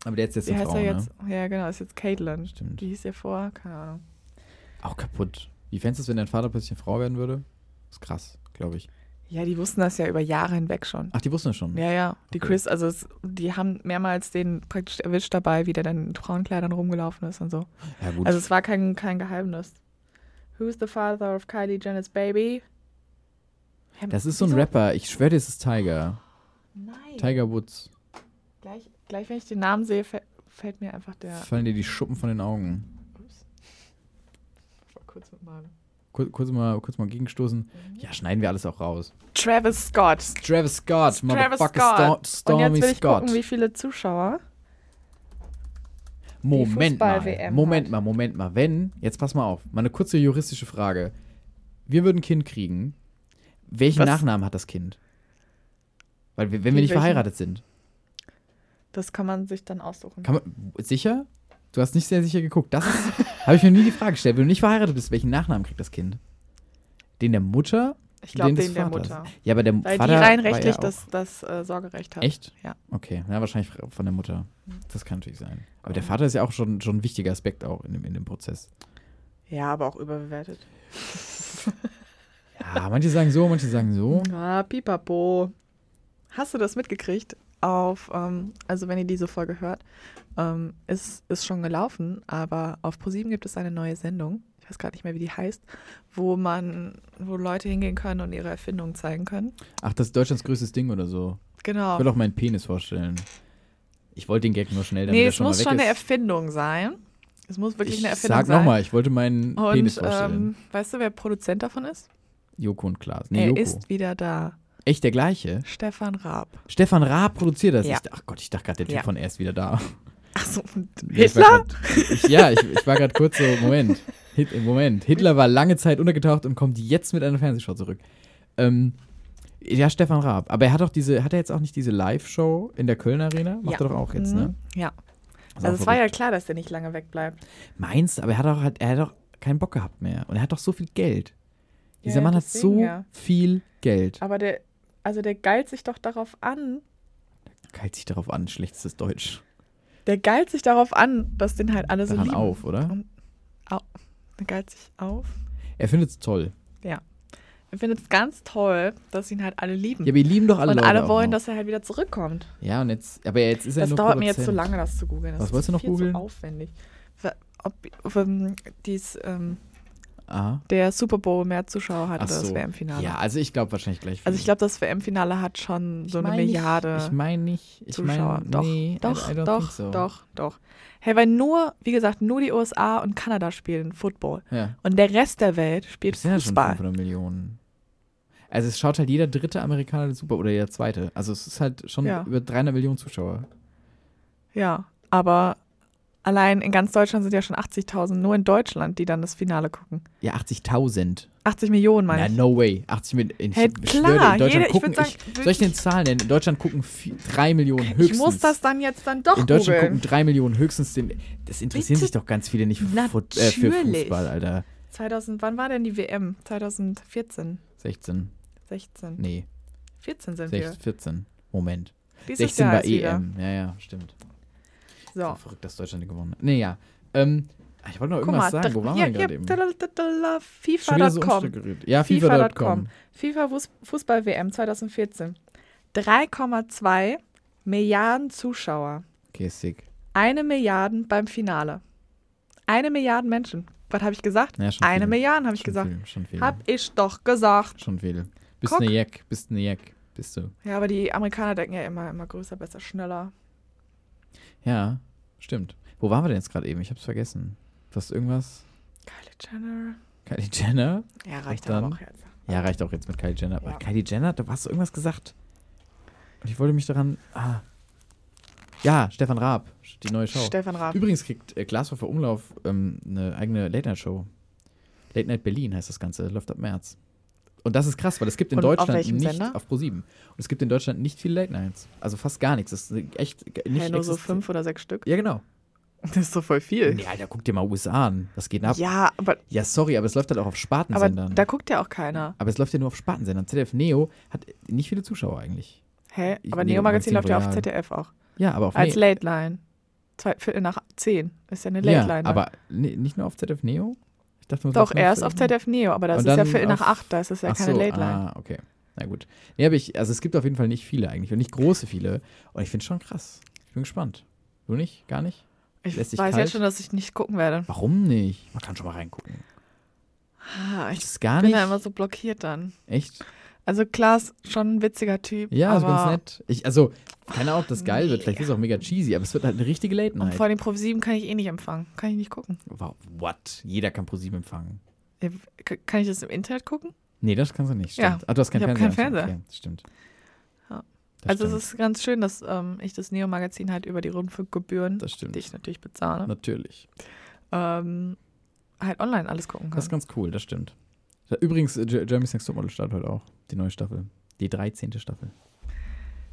Aber der ist jetzt
wie
eine
heißt
Frau,
er
ne?
jetzt? Ja, genau, ist jetzt Caitlyn.
Stimmt.
Wie hieß der vorher? Keine Ahnung.
Auch kaputt. Wie fändest du es, wenn dein Vater plötzlich eine Frau werden würde? Ist krass, glaube ich.
Ja, die wussten das ja über Jahre hinweg schon.
Ach, die wussten das schon.
Ja, ja, die
Okay.
Chris, also es, die haben mehrmals den praktisch erwischt dabei, wie der dann in Frauenkleidern rumgelaufen ist und so.
Ja, gut.
Also es war kein, kein Geheimnis. Who's the father of Kylie Jenner's baby? Hä,
das ist so ein
wieso?
Rapper. Ich schwöre dir, es ist Tiger.
Nein.
Tiger Woods.
Gleich, gleich, wenn ich den Namen sehe, fä- fällt mir einfach der.
Fallen dir die Schuppen von den Augen.
Ups. Vor kurzem mal.
Kur kurz mal, kurz mal gegenstoßen. Ja, schneiden wir alles auch raus.
Travis Scott.
Travis Scott,
Travis
Motherfucker
Scott.
Sto
Und
Stormy
jetzt will ich
Scott.
gucken, wie viele Zuschauer.
Moment mal,
Fußball-WM
Moment
hat.
mal, Moment mal. Wenn, jetzt pass mal auf, mal eine kurze juristische Frage. Wir würden ein Kind kriegen. Welchen
Was?
Nachnamen hat das Kind? Weil wir, wenn
Wie,
wir nicht
welchen?
verheiratet sind.
Das kann man sich dann aussuchen.
Kann man, sicher? Du hast nicht sehr sicher geguckt. Das *laughs* habe ich mir nie die Frage gestellt. Wenn du nicht verheiratet bist, welchen Nachnamen kriegt das Kind? Den der Mutter?
ich glaube,
des
den der
Vaters?
Mutter.
Ja, aber der
Weil
Vater
die rein
war ja
rechtlich
auch-
das, das äh, Sorgerecht hat.
Echt?
Ja.
Okay, na, wahrscheinlich von der Mutter. Das kann natürlich sein. Aber der Vater ist ja auch schon, schon ein wichtiger Aspekt auch in dem, in dem Prozess.
Ja, aber auch überbewertet.
Ja, Ah, manche sagen so, manche sagen so.
Ah, pipapo. Hast du das mitgekriegt? Auf, ähm, also wenn ihr diese Folge hört, ähm, ist, ist schon gelaufen, aber auf ProSieben gibt es eine neue Sendung, ich weiß gerade nicht mehr, wie die heißt, wo man, wo Leute hingehen können und ihre Erfindungen zeigen können.
Ach, das ist Deutschlands größtes Ding oder so. Ich
Genau.
will auch meinen Penis vorstellen. Ich wollte den Gag nur schnell, damit
Nee,
er
es
schon mal
muss
weg
schon eine
ist.
Erfindung sein. Es muss wirklich
ich
eine Erfindung
Sag
sein.
nochmal, ich wollte meinen Penis
Und
vorstellen.
ähm, weißt du, wer Produzent davon ist?
Joko und Klaas.
er
Nee, Joko.
ist wieder da.
Echt der gleiche?
Stefan Raab.
Stefan Raab produziert das.
Ja.
Ich, ach Gott, ich dachte gerade, der Typ
Ja.
von Er ist wieder da.
Achso,
Ich war
Hitler?
grad- Ich, ja, ich, ich war gerade kurz so, Moment, Hit, Moment. Hitler war lange Zeit untergetaucht und kommt jetzt mit einer Fernsehshow zurück. Ähm, ja, Stefan Raab. Aber er hat doch diese, hat er jetzt auch nicht diese Live-Show in der Köln Arena? Macht
Ja.
er doch auch jetzt,
Mhm.
ne?
Ja.
Ist
Also
auch
es war ja
verrückt.
klar, dass der nicht lange wegbleibt.
Meinst, aber er hat doch, halt- er hat doch keinen Bock gehabt mehr. Und er hat doch so viel Geld.
Ja,
Dieser Mann hat
deswegen,
so
ja.
viel Geld.
Aber der, also der geilt sich doch darauf an,
Kalt sich darauf an, schlechtes Deutsch.
der geilt sich darauf an, dass den halt alle so
Daran
lieben.
auf, oder?
Der geilt sich auf.
Er findet es toll.
Er findet es ganz toll, dass ihn halt alle lieben.
Ja, wir lieben doch alle
und
Leute
alle
auch
wollen,
noch.
dass er halt wieder zurückkommt.
Ja, und jetzt, aber jetzt ist er
das
nur
dauert mir jetzt zu
Produzent.
lange, das zu googeln. Das
Was
ist
wolltest du noch
viel
googeln?
Zu aufwendig. Wa- Ob, ob, ähm, dies, ähm,
Aha.
der Super Bowl mehr Zuschauer hatte
Ach
als das
so.
WM-Finale.
Ja, also ich glaube wahrscheinlich gleich.
Also ich glaube, das WM-Finale hat schon so eine Milliarde
Ich meine nicht. Ich
Zuschauer.
meine,
doch,
nee,
doch,
I, I don't
doch,
think so.
doch, doch. Hey, weil nur, wie gesagt, nur die USA und Kanada spielen Football.
Ja.
Und der Rest der Welt spielt
Das sind ja schon
Fußball.
500 Millionen. Also es schaut halt jeder dritte Amerikaner den Super oder jeder zweite. Also es ist halt schon
Ja.
über 300 Millionen Zuschauer.
Ja, aber allein in ganz Deutschland sind ja schon 80.000, nur in Deutschland, die dann das Finale gucken.
Ja, 80.000.
80 Millionen, meine
Na,
ich.
no way. 80 Millionen.
Hey,
ich
klar,
schwöre, in Deutschland
jeder- ich
gucken,
würd sagen,
soll ich den Zahlen nennen? In Deutschland gucken 3 Millionen höchstens.
Ich muss das dann jetzt dann doch
In Deutschland
googeln.
gucken 3 Millionen höchstens. Den, das interessieren
Bitte?
sich doch ganz viele nicht für, Fut- äh, für
Natürlich.
Fußball, Alter.
2000, wann war denn die WM? 2014,
16.
16.
Nee,
14 sind
16, 14. Moment.
wir. Dieses
16
Jahr
war
ist wieder.
EM. Ja, ja, stimmt. So
So.
Verrückt, dass Deutschland gewonnen hat. Nee, ja. Ähm, ich wollte noch
Guck
irgendwas
mal,
sagen. Wo
dr-
waren
ja,
wir
ja,
gerade eben?
dadadadala,
Schon wieder so
FIFA.com.
umstrukturiert. Ja,
FIFA.com.
FIFA.com.
FIFA Fuß- Fußball WM 2014. 3,2 Milliarden Zuschauer.
Okay, sick.
Eine Milliarde beim Finale. Eine Milliarde Menschen. Was habe ich gesagt?
Ja, schon
Eine
viele.
Milliarde, habe ich
schon
gesagt.
Viel, schon viel.
Hab ich doch gesagt.
schon viel. Bist
Guck.
ne Jack, bist ne Jack. Bist du.
Ja, aber die Amerikaner denken ja immer, immer größer, besser, schneller.
Ja, stimmt. Wo waren wir denn jetzt gerade eben? Ich hab's vergessen. Du hast irgendwas?
Kylie Jenner.
Kylie Jenner?
Ja, reicht
Und
aber
dann?
auch jetzt.
Ja, reicht auch jetzt mit Kylie Jenner. Aber
Ja.
Kylie Jenner, da hast du irgendwas gesagt. Und ich wollte mich daran. Ah. Ja, Stefan Raab, die neue Show.
Stefan Raab.
Übrigens kriegt äh, Glashofer Umlauf ähm, eine eigene Late-Night-Show. Late Night Berlin heißt das Ganze, läuft ab März. Und das ist krass, weil es gibt in
Und auf
Deutschland
welchem
nicht
Sender?
auf Pro7. Und es gibt in Deutschland nicht viele Late Nights. Also fast gar nichts. Das ist echt ge- nicht
Hey, nur so
existent-
fünf oder
*laughs*
sechs Stück.
Ja, genau.
Das ist so voll viel.
Nee, Alter, guck dir mal USA an. Das geht ab. Ja,
Ja, aber,
sorry, aber es läuft halt auch auf
aber
Spartensendern.
da guckt ja auch keiner.
aber es läuft ja nur auf Spartensendern. ZDF Neo hat nicht viele Zuschauer eigentlich.
Hä?
Ich-
Aber
nee,
Neo Magazin läuft ja auf
Magazin
ZDF auch.
Ja, aber auf
Als
Ne-
Late Line. Zwei Viertel nach zehn. Ist ja eine Late
ja,
Line. ne?
aber ne- nicht nur auf ZDF Neo? Ich dachte, nur
Doch,
nur
erst auf ZDF Neo, aber das
Und
ist ja
dann
Viertel nach
auf-
acht, da ist es ja
Ach
keine
so,
Late Line.
Ah, okay. Na gut. Nee, aber ich, also es gibt auf jeden Fall nicht viele eigentlich und nicht große viele. Und ich finde es schon krass. Ich bin gespannt. Du nicht? Gar nicht?
Ich
lässt sich
weiß
kalt?
jetzt schon, dass ich nicht gucken werde.
Warum nicht? Man kann schon mal reingucken.
Ah,
Ich
ich
das gar
bin
nicht.
da immer so blockiert dann.
Echt?
Also Klaas, schon ein witziger Typ.
Ja, also ganz
aber
nett. Ich, also, keine Ahnung, ob das geil wird. Vielleicht
nee.
ist es auch mega cheesy, aber es wird halt eine richtige Late
Und
Night.
vor dem Pro 7 kann ich eh nicht empfangen. Kann ich nicht gucken.
Wow, what? Jeder kann ProSieben empfangen.
Ja, k- Kann ich das im Internet gucken?
Nee, das kannst du nicht. Stimmt.
Ja.
Ah, du hast keinen
Ich hab
Fernseher.
keinen
anscheinend.
Fernseher.
Okay, das stimmt.
Ja.
Das
also
stimmt.
es ist ganz schön, dass ähm, ich das Neo-Magazin halt über die Rundfunkgebühren,
das stimmt.
die ich natürlich bezahle,
Natürlich.
ähm, halt online alles gucken kann.
Das ist ganz cool, das stimmt. Ja, Übrigens, äh, Jer- Jeremy's Next Topmodel startet heute auch. Die neue Staffel. Die 13. Staffel.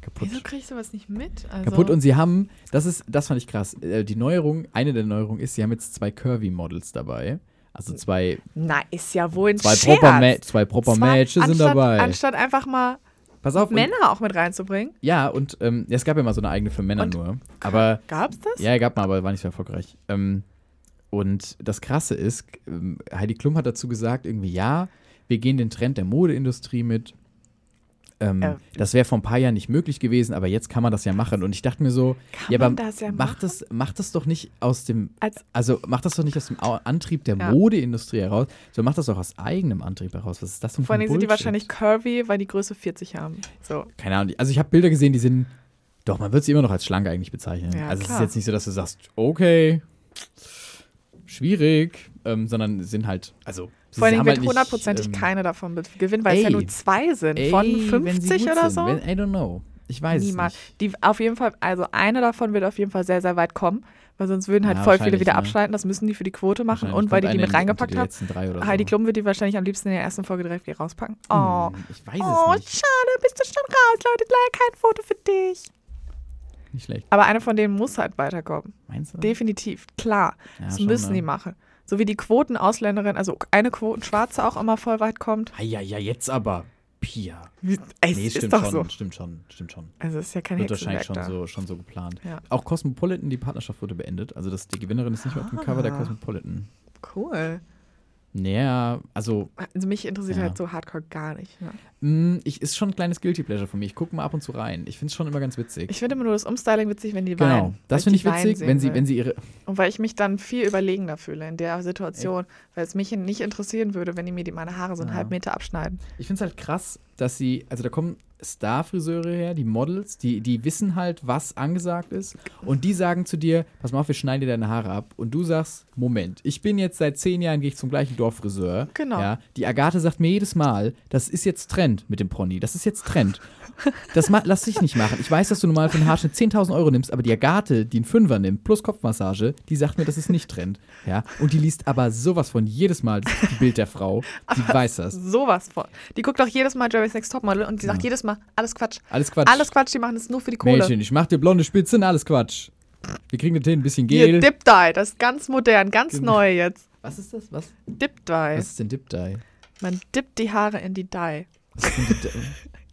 Kaputt.
Wieso kriege ich sowas nicht mit? Also,
Kaputt und sie haben, das ist, das fand ich krass. Äh, Die Neuerung, eine der Neuerungen ist, sie haben jetzt zwei Curvy-Models dabei. Also zwei,
Na, ist ja wohl ein
zwei
Scherz.
proper, Ma zwei proper
Zwar
Matches sind
anstatt,
dabei.
Anstatt einfach mal
Pass auf, und,
Männer auch mit reinzubringen.
ja, und ähm, ja, es gab ja mal so eine eigene für Männer
Und-
nur. Aber
Gab's das?
Ja, gab mal, aber war nicht so erfolgreich. Ähm, und das Krasse ist, ähm, Heidi Klum hat dazu gesagt, irgendwie, ja, wir gehen den Trend der Modeindustrie mit. Ähm,
Ja.
Das wäre vor ein paar Jahren nicht möglich gewesen, aber jetzt kann man das ja machen. Und ich dachte mir so,
Kann
ja,
man
aber
das ja
mach,
machen?
das, mach das doch nicht aus dem,
Als,
also mach das doch nicht aus dem Au- Antrieb der
Ja.
Modeindustrie heraus, sondern mach das auch aus eigenem Antrieb heraus. Was ist das denn für
vor
ein
allem sind die
Bullshit?
wahrscheinlich curvy, weil die Größe 40 haben. So.
keine Ahnung, also ich habe Bilder gesehen, die sind, doch, man wird sie immer noch als schlank eigentlich bezeichnen.
Ja,
also es
klar.
ist jetzt nicht so, dass du sagst, okay, schwierig, ähm, sondern sind halt, also sie
Vor allem
haben
wird
halt nicht,
hundertprozentig
ähm,
keiner davon be- gewinnen, weil es ja
ey,
nur zwei sind.
ey,
von
wenn sie
50
gut
oder
sind,
so.
Wenn, I don't know. Ich weiß
Niemals.
es nicht.
Die auf jeden Fall, also eine davon wird auf jeden Fall sehr, sehr weit kommen, weil sonst würden halt
Ja,
voll viele
wahrscheinlich,
wieder
ne?
abschalten. Das müssen die für die Quote machen
Wahrscheinlich
und weil
kommt
die
eine
die
in-
mit
unter
reingepackt
die
haben.
letzten drei oder
Heidi
so.
Klum wird die wahrscheinlich am liebsten in der ersten Folge direkt wieder rauspacken. Oh,
Hm, Ich weiß
oh
es nicht.
schade, bist du schon raus, Leute, leider kein Foto für dich.
Nicht schlecht.
Aber einer von denen muss halt weiterkommen.
Meinst du?
Definitiv, klar.
Ja,
das
schon,
müssen
ne?
die machen. So wie die Quotenausländerin, also eine Quotenschwarze auch immer voll weit kommt.
Ah, ja, ja, jetzt aber. Pia.
Wie- Ey, es
Nee,
ist
stimmt
doch
schon,
so.
stimmt schon, stimmt schon.
Also es ist ja kein
Wird wahrscheinlich
Hexenwerk
schon
da.
so, schon so geplant.
Ja.
Auch Cosmopolitan, die Partnerschaft wurde beendet. Also das, die Gewinnerin ist nicht mehr auf dem Cover der
Ah.
Cosmopolitan.
Cool.
Naja, also
Also mich interessiert
Ja.
halt so Hardcore gar nicht. Ne?
mh, ich, ist schon ein kleines Guilty Pleasure von mir. Ich gucke mal ab und zu rein. Ich finde es schon immer ganz witzig.
Ich finde immer nur das Umstyling witzig, wenn die weinen.
genau, das
Weil
finde ich
ich die weinen
witzig,
sehen
wenn sie,
will.
wenn sie ihre.
Und weil ich mich dann viel überlegener fühle in der Situation, weil es mich nicht interessieren würde, wenn die mir die, meine Haare so einen
Ja.
halben Meter abschneiden.
Ich finde es halt krass, dass sie, also da kommen Star-Friseure her, die Models, die, die wissen halt, was angesagt ist. Und die sagen zu dir, pass mal auf, wir schneiden dir deine Haare ab. Und du sagst, Moment, ich bin jetzt seit zehn Jahren, gehe ich zum gleichen Dorffriseur.
Genau.
Ja, die Agathe sagt mir jedes Mal, das ist jetzt Trend mit dem Pony, das ist jetzt Trend. Das ma- lass dich nicht machen. Ich weiß, dass du normal für einen Haarschnitt 10.000 Euro nimmst, aber die Agathe, die einen Fünfer nimmt, plus Kopfmassage, die sagt mir, das ist nicht Trend. Ja, und die liest aber sowas von jedes Mal das Bild der Frau. Die weiß das.
Sowas von. Die guckt auch jedes Mal Jerry's Next Topmodel und die sagt jedes Mal, alles Quatsch.
Alles Quatsch.
Alles Quatsch, die machen das nur für die Kohle.
Mädchen, ich mach dir blonde Spitzen, alles Quatsch. Wir kriegen das hin, ein bisschen
Hier,
Gel.
Dip Dye, das ist ganz modern, ganz
Genau.
neu jetzt.
Was ist das? Was?
Dip Dye.
Was ist denn Dip Dye?
Man dippt die Haare in die Dye.
Was ist denn Dip Dye?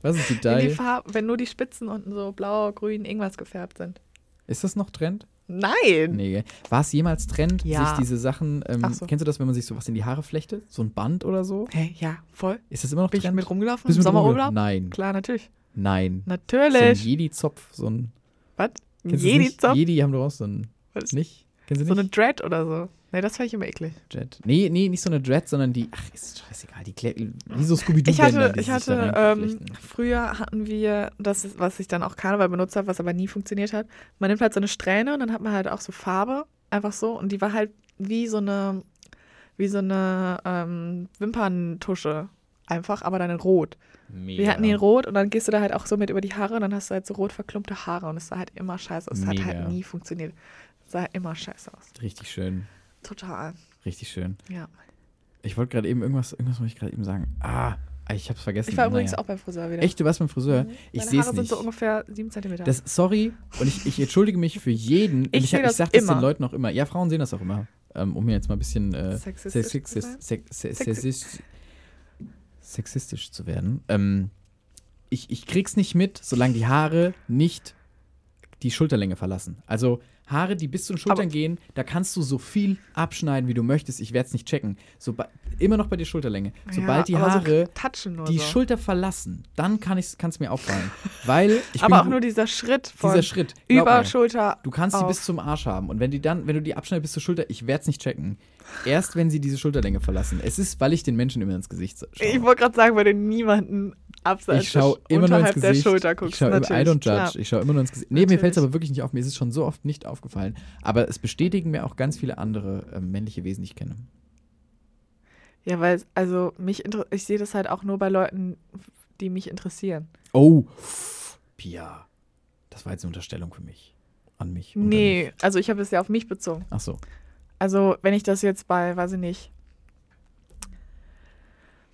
Was ist Dip
In die
Dye?
Farbe, wenn nur die Spitzen unten so blau, grün, irgendwas gefärbt sind.
Ist das noch Trend?
Nein!
Nee. gell? War es jemals Trend,
Ja.
sich diese Sachen, ähm,
Ach so.
kennst du das, wenn man sich sowas in die Haare flechtet? So ein Band oder so?
Hey, ja, voll.
Ist das immer noch
Bin ich
Trend?
mit rumgelaufen?
Bist du mit
Sommerurlaub?
rumgelaufen? Nein,
Klar, natürlich.
nein. So ein
Natürlich.
Jedi-Zopf, so ein.
Was?
kennst du das
Jedi
nicht?
Zopf?
Jedi haben doch auch so ein.
Was?
Nicht? Kennst du
So
nicht?
eine Dread oder so. Nee, das fand ich immer eklig.
Dread. Nee, nee, nicht so eine Dread, sondern die. Ach, ist scheißegal. Die Klä Wie so
Ich
Scooby-Doo-Bänder,
hatte,
die
ich
sie sich da
hatte ähm,
reinflechten.
früher hatten wir, das ist, was ich dann auch Karneval benutzt habe, was aber nie funktioniert hat. Man nimmt halt so eine Strähne und dann hat man halt auch so Farbe, einfach so. Und die war halt wie so eine, wie so eine ähm, Wimperntusche. Einfach, aber dann in Rot. Wir hatten die in Rot und dann gehst du da halt auch so mit über die Haare und dann hast du halt so rot verklumpte Haare und es sah halt immer scheiße aus. Es hat
Mega.
halt nie funktioniert. Es sah immer scheiße aus.
Richtig schön,
Total.
richtig schön.
Ja.
Ich wollte gerade eben irgendwas, irgendwas wollte ich gerade eben sagen. Ah, ich hab's vergessen.
Ich war
Naja.
übrigens auch beim Friseur wieder.
Echt, du warst beim Friseur? Ich
Meine
sehe es
Haare
nicht.
sind so ungefähr 7 cm.
das, sorry, und ich, ich entschuldige mich für jeden. und
Ich
ich, hab-
sehe
ich
das
sag das den
immer.
Leuten auch immer. Ja, Frauen sehen das auch immer. Ähm, um mir jetzt mal ein bisschen äh,
Sexistisch
sexist-
zu sein?
sex- se-
Sexi-
sexist- sexistisch zu werden. Ähm, ich, ich krieg's nicht mit, solange die Haare nicht die Schulterlänge verlassen. Also Haare, die bis zu den Schultern
Aber-
gehen, da kannst du so viel abschneiden, wie du möchtest. Ich werde es nicht checken. Soba- immer noch bei der Schulterlänge. Sobald die
aber so
Haare
touchen nur
die
so.
Schulter verlassen, dann kann es mir auffallen. Weil ich
aber auch
bin,
nur dieser Schritt von
dieser Schritt. Glaub
über
mir.
Schulter.
Du kannst die
auf.
bis zum Arsch haben. Und wenn die dann, wenn du die abschneidest bis zur Schulter, ich werde es nicht checken. Erst wenn sie diese Schulterlänge verlassen. Es ist, weil ich den Menschen immer ins Gesicht schaue.
Ich wollte gerade sagen, weil du niemanden abseits
Ich schaue immer nur ins
unterhalb
Gesicht.
der Schulter guckst.
ich schaue immer, I
natürlich,
don't judge.
klar.
Ich schaue immer nur ins Gesicht. Nee, mir fällt es
Natürlich.
aber wirklich nicht auf. Mir ist es schon so oft nicht aufgefallen. Aber es bestätigen mir auch ganz viele andere äh, männliche Wesen, die ich kenne.
Ja, weil also mich inter- ich sehe das halt auch nur bei Leuten, die mich interessieren.
Oh, Pia. Das war jetzt eine Unterstellung für mich. An mich. und an
nee,
mich.
also ich habe es ja auf mich bezogen.
Ach so.
Also, wenn ich das jetzt bei, weiß ich nicht,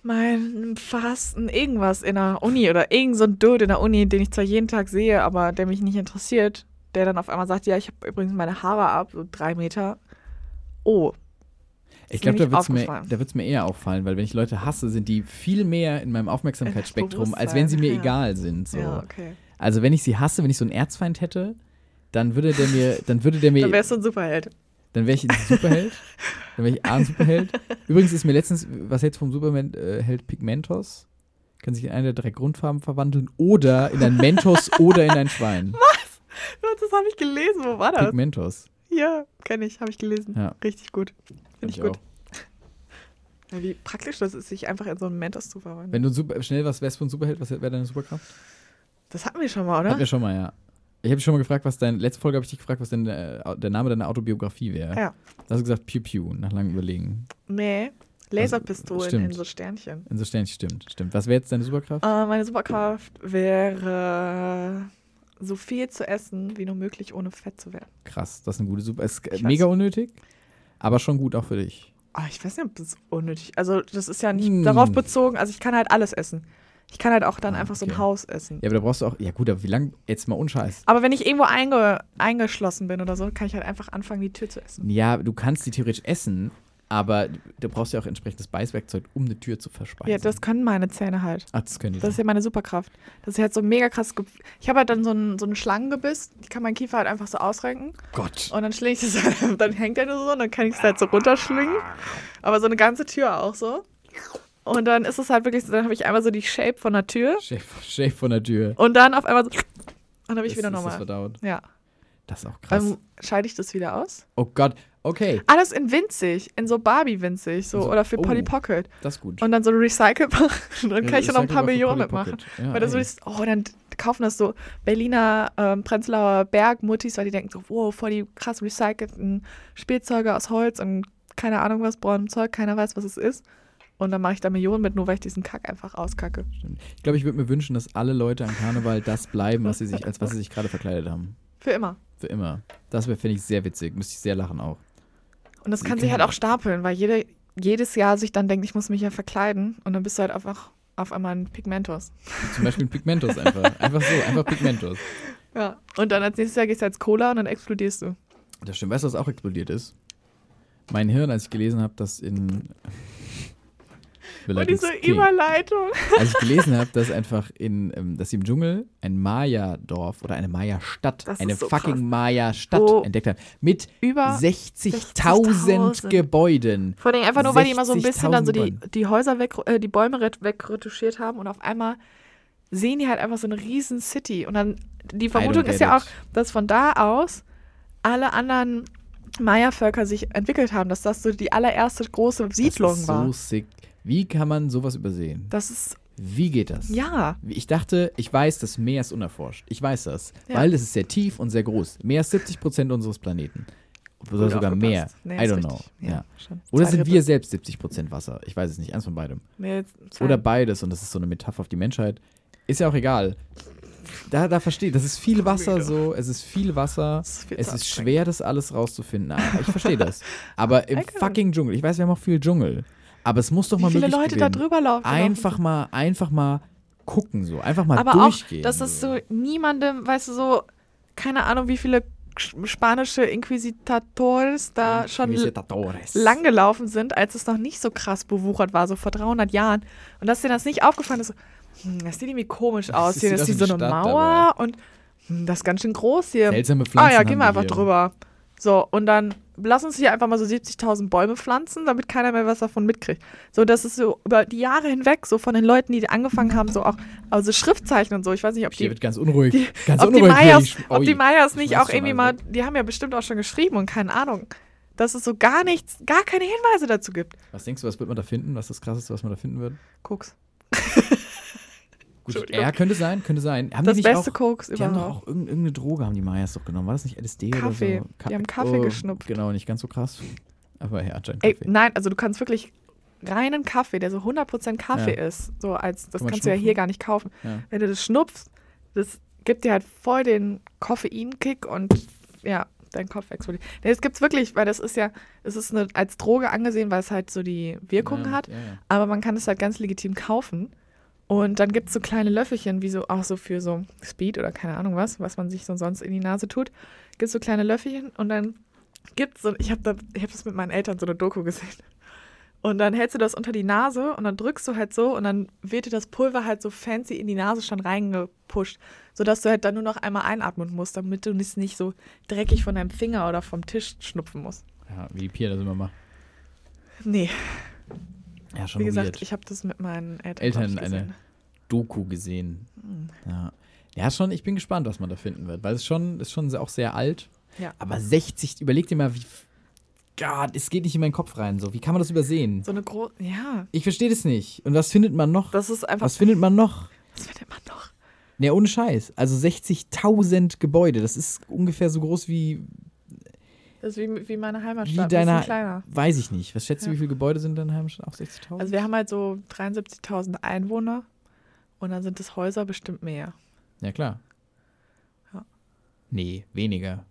meinem Fasten irgendwas in der Uni oder irgend so ein Dude in der Uni, den ich zwar jeden Tag sehe, aber der mich nicht interessiert, der dann auf einmal sagt, ja, ich habe übrigens meine Haare ab, so drei Meter. Oh,
Ich
Ist
glaube, da
mir nicht
wird es mir,
aufgefallen.
da wird's mir eher auffallen, weil wenn ich Leute hasse, sind die viel mehr in meinem Aufmerksamkeitsspektrum, als wenn sie mir
Bewusstsein,
egal sind. So.
ja, okay.
Also wenn ich sie hasse, wenn ich so einen Erzfeind hätte, dann würde der mir, dann würde der mir,
Dann wärst du ein Superheld. *laughs*
dann wäre ich ein Superheld, dann wäre ich A ein Superheld. Übrigens ist mir letztens, was hältst du vom Superman äh, hält Pigmentos? Kann sich in eine der drei Grundfarben verwandeln oder in ein Mentos oder in ein Schwein.
Das habe ich gelesen, wo war das?
Pigmentos.
Ja, kenne ich, habe ich gelesen.
Ja.
Richtig gut.
Hab
Finde ich
ich
gut.
auch.
Ja, wie praktisch das ist, sich einfach in so einen Mentos zu verwandeln.
Wenn du ein super, schnell was wärst für ein Superheld, was wäre deine Superkraft?
das hatten wir schon mal,
Hatten
oder?
wir schon mal, ja. Ich habe dich schon mal gefragt, was dein, letzte Folge habe ich dich gefragt, was denn äh, der Name deiner Autobiografie wäre.
Ja.
Da hast du gesagt Pew Pew, nach langem Überlegen.
Nee, Laserpistolen
Also, stimmt.
in so Sternchen.
Insofern stimmt, stimmt. Was wäre jetzt deine Superkraft?
Äh, meine Superkraft wäre, so viel zu essen, wie nur möglich, ohne fett zu werden.
Krass, das ist eine gute Super. Ist äh,
Ich weiß.
mega unnötig, aber schon gut auch für dich.
Ah, ich weiß nicht, ob das unnötig Also, das ist ja nicht
Hm.
darauf bezogen. Also, ich kann halt alles essen. Ich kann halt auch dann
Ah,
einfach so ein
okay.
Haus essen.
Ja, aber da brauchst du auch. Ja, gut, aber wie lange? Jetzt mal unscheiß.
Aber wenn ich irgendwo
Hm,
einge eingeschlossen bin oder so, kann ich halt einfach anfangen, die Tür zu essen.
Ja, du kannst die theoretisch essen, Aber du brauchst ja auch entsprechendes Beißwerkzeug, um eine Tür zu verspeisen.
Ja, das können meine Zähne halt.
Ach, das können die
Das ist ja meine Superkraft. Das ist halt so mega krass. Ge ich habe halt dann so einen, so einen Schlangengebiss, die kann mein Kiefer halt einfach so ausrenken.
Gott.
Und dann schlinge ich das *laughs* halt, dann hängt er nur so und dann kann ich es halt so runterschlingen. Aber so eine ganze Tür auch so. Und dann ist es halt wirklich so, dann habe ich einmal so die Shape von der Tür
Shape, Shape von der Tür.
und dann auf einmal so. Und dann habe ich
Ist-
wieder
ist Das,
nochmal. Ähm,
verdaut.
Ja.
das ist auch krass.
Dann scheide ich das wieder aus.
oh Gott. Okay,
Alles in winzig, in so Barbie-winzig, so,
So-
oder für
oh.
Polly Pocket.
das ist gut.
Und dann so recycelbar. *laughs* Und dann
Äh,
kann ich ja
halt
noch ein paar Millionen mitmachen.
Ja,
Weil das so
ey.
ist, oh, dann kaufen das so Berliner ähm, Prenzlauer Berg-Muttis, weil die denken so, wow, voll die krass recycelten Spielzeuge aus Holz und keine Ahnung was, braunem Zeug, keiner weiß, was es ist. Und dann mache ich da Millionen mit, nur weil ich diesen Kack einfach auskacke.
Ich glaube, ich würde mir wünschen, dass alle Leute am Karneval das bleiben, was sie sich, als was sie sich gerade verkleidet haben.
Für immer.
Für immer. Das wäre, finde ich, sehr witzig. Müsste ich sehr lachen auch.
Und das
Sie
kann sich halt
kennen-
auch stapeln, weil jede, jedes Jahr sich dann denkt, ich muss mich ja verkleiden. Und dann bist du halt einfach auf einmal ein Pigmentos.
Zum Beispiel ein Pigmentos
*laughs*
einfach. Einfach so, einfach Pigmentos.
Ja. Und dann als nächstes Jahr gehst du als Cola und dann explodierst du.
Das stimmt. Weißt du, was auch explodiert ist? Mein Hirn, als ich gelesen habe, dass in.
Und diese
King.
Überleitung.
Als ich gelesen habe, dass einfach in, ähm, dass sie im Dschungel ein Maya-Dorf oder eine Maya-Stadt,
Das ist
eine
so krass.
fucking Maya-Stadt
Wo-
entdeckt haben. Mit
Über
60.000
60.000
Gebäuden.
Vor allem einfach nur, weil die immer so ein
60.000
bisschen dann so die,
Bäume.
die Häuser weg, äh, die Bäume ret- wegretuschiert haben und auf einmal sehen die halt einfach so eine riesen City. Und dann, die Vermutung
get
ist ja
it.
auch, dass von da aus alle anderen Maya-Völker sich entwickelt haben, dass das so die allererste große Siedlung
das ist so
war.
sick. Wie kann man sowas übersehen?
Das ist,
Wie geht das?
ja,
Ich dachte, ich weiß, das Meer ist unerforscht. Ich weiß das.
Ja.
Weil es ist sehr tief und sehr groß. Mehr als 70 Prozent unseres Planeten. Oder
gut
sogar
aufgepasst.
mehr.
Nee,
I
ist
don't
richtig.
know. Ja.
schon.
Oder
Zwei
sind
Drittel.
wir selbst 70 Prozent Wasser? Ich weiß es nicht. Eins von beidem.
Nee, zwei.
Oder beides. Und das ist so eine Metapher auf die Menschheit. Ist ja auch egal. Da, da verstehe ich. Das ist viel Wasser so. Es ist viel Wasser.
Das ist viel
Es
zu
ist
anstrengend.
schwer, das alles rauszufinden. Aber ich verstehe das.
*laughs*
Aber im
I can-
fucking Dschungel. Ich weiß, wir haben auch viel Dschungel. Aber es muss doch mal
Wie viele
möglich
Leute da
gewesen-
drüber laufen.
einfach mal, einfach mal gucken so, einfach mal
aber auch,
durchgehen.
dass es so niemandem, weißt du, so, keine Ahnung, wie viele sch- spanische Inquisitadores da schon l-
Visitadores.
lang gelaufen sind, als es noch nicht so krass bewuchert war, so vor 300 Jahren. Und dass dir das nicht aufgefallen ist, so, hm, das sieht irgendwie komisch aus
sieht
hier, das
aus
ist
wie
so eine
eine Stadt,
Mauer und hm, das ist ganz schön groß hier.
Seltsame Pflanzen.
Ah ja,
haben
gehen wir
die
einfach
hier.
drüber. So, und dann lass uns hier einfach mal so 70.000 Bäume pflanzen, damit keiner mehr was davon mitkriegt. So, das ist so über die Jahre hinweg, so von den Leuten, die angefangen haben, so auch, also Schriftzeichen und so, ich weiß nicht, ob
Hier
die,
wird ganz unruhig. Ganz
ob die
unruhig. werde
Mayas,
ich.
ob die
Ui.
Mayas
Ich
nicht
weiß
auch
schon,
irgendwie mal,
also.
die haben ja bestimmt auch schon geschrieben und keine Ahnung, dass es so gar nichts, gar keine Hinweise dazu gibt.
Was denkst du, was wird man da finden? Was ist das Krasseste, was man da finden wird?
Koks.
Gut,
Entschuldigung.
ja, könnte sein, könnte sein. Haben
Das
die nicht
beste
auch,
Koks
Die haben doch
überhaupt.
auch irgend- irgendeine Droge, haben die Mayas doch genommen. War das nicht LSD
Kaffee.
oder so?
Die haben Kaffee
oh,
geschnupft.
Genau, nicht ganz so krass. Aber ja, anscheinend
Ey,
Kaffee.
nein, also du kannst wirklich reinen Kaffee, der so 100% Kaffee ist, so als, das
Kann man
kannst du ja
schnupfen?
hier gar nicht kaufen.
ja.
wenn du das schnupfst, das gibt dir halt voll den Koffeinkick und ja, dein Kopf explodiert. Nee, das gibt's wirklich, weil das ist ja, es ist eine, als Droge angesehen, weil es halt so die Wirkung
ja,
hat,
Ja, ja.
aber man kann es halt ganz legitim kaufen. Und dann gibt es so kleine Löffelchen, wie so auch so für so Speed oder keine Ahnung was, was man sich so sonst in die Nase tut. Gibt es so kleine Löffelchen und dann gibt es so, ich habe da, ich hab das mit meinen Eltern so eine Doku gesehen. Und dann hältst du das unter die Nase und dann drückst du halt so und dann wird dir das Pulver halt so fancy in die Nase schon reingepusht, sodass du halt dann nur noch einmal einatmen musst, damit du es nicht so dreckig von deinem Finger oder vom Tisch schnupfen musst.
ja, wie die Pia das immer macht.
Nee,
Ja, schon
wie gesagt,
weird.
ich habe das mit meinen Eltern,
Eltern
glaub ich, Hm.
eine-
gesehen.
Doku gesehen. Ja. ja, schon, ich bin gespannt, was man da finden wird, weil es schon, ist schon auch sehr alt.
Ja.
Aber 60, überleg dir mal, wie. Gott, es geht nicht in meinen Kopf rein. So, wie kann man das übersehen?
So eine große, ja,
Ich verstehe das nicht. Und was findet man noch?
Das ist einfach.
Was
Was,
findet man noch?
findet man noch?
Ne, ohne Scheiß. Also 60.000 Gebäude. Das ist ungefähr so groß wie,
Das ist wie, wie meine
wie
Heimatstadt. ein bisschen
deine.
kleiner.
Weiß ich nicht. Was schätzt du,
Ja.
wie viele Gebäude sind in deiner Heimatstadt? Auch 60.000?
Also wir haben halt so 73.000 Einwohner und dann sind es Häuser bestimmt mehr.
ja, klar.
Ja.
Nee, weniger.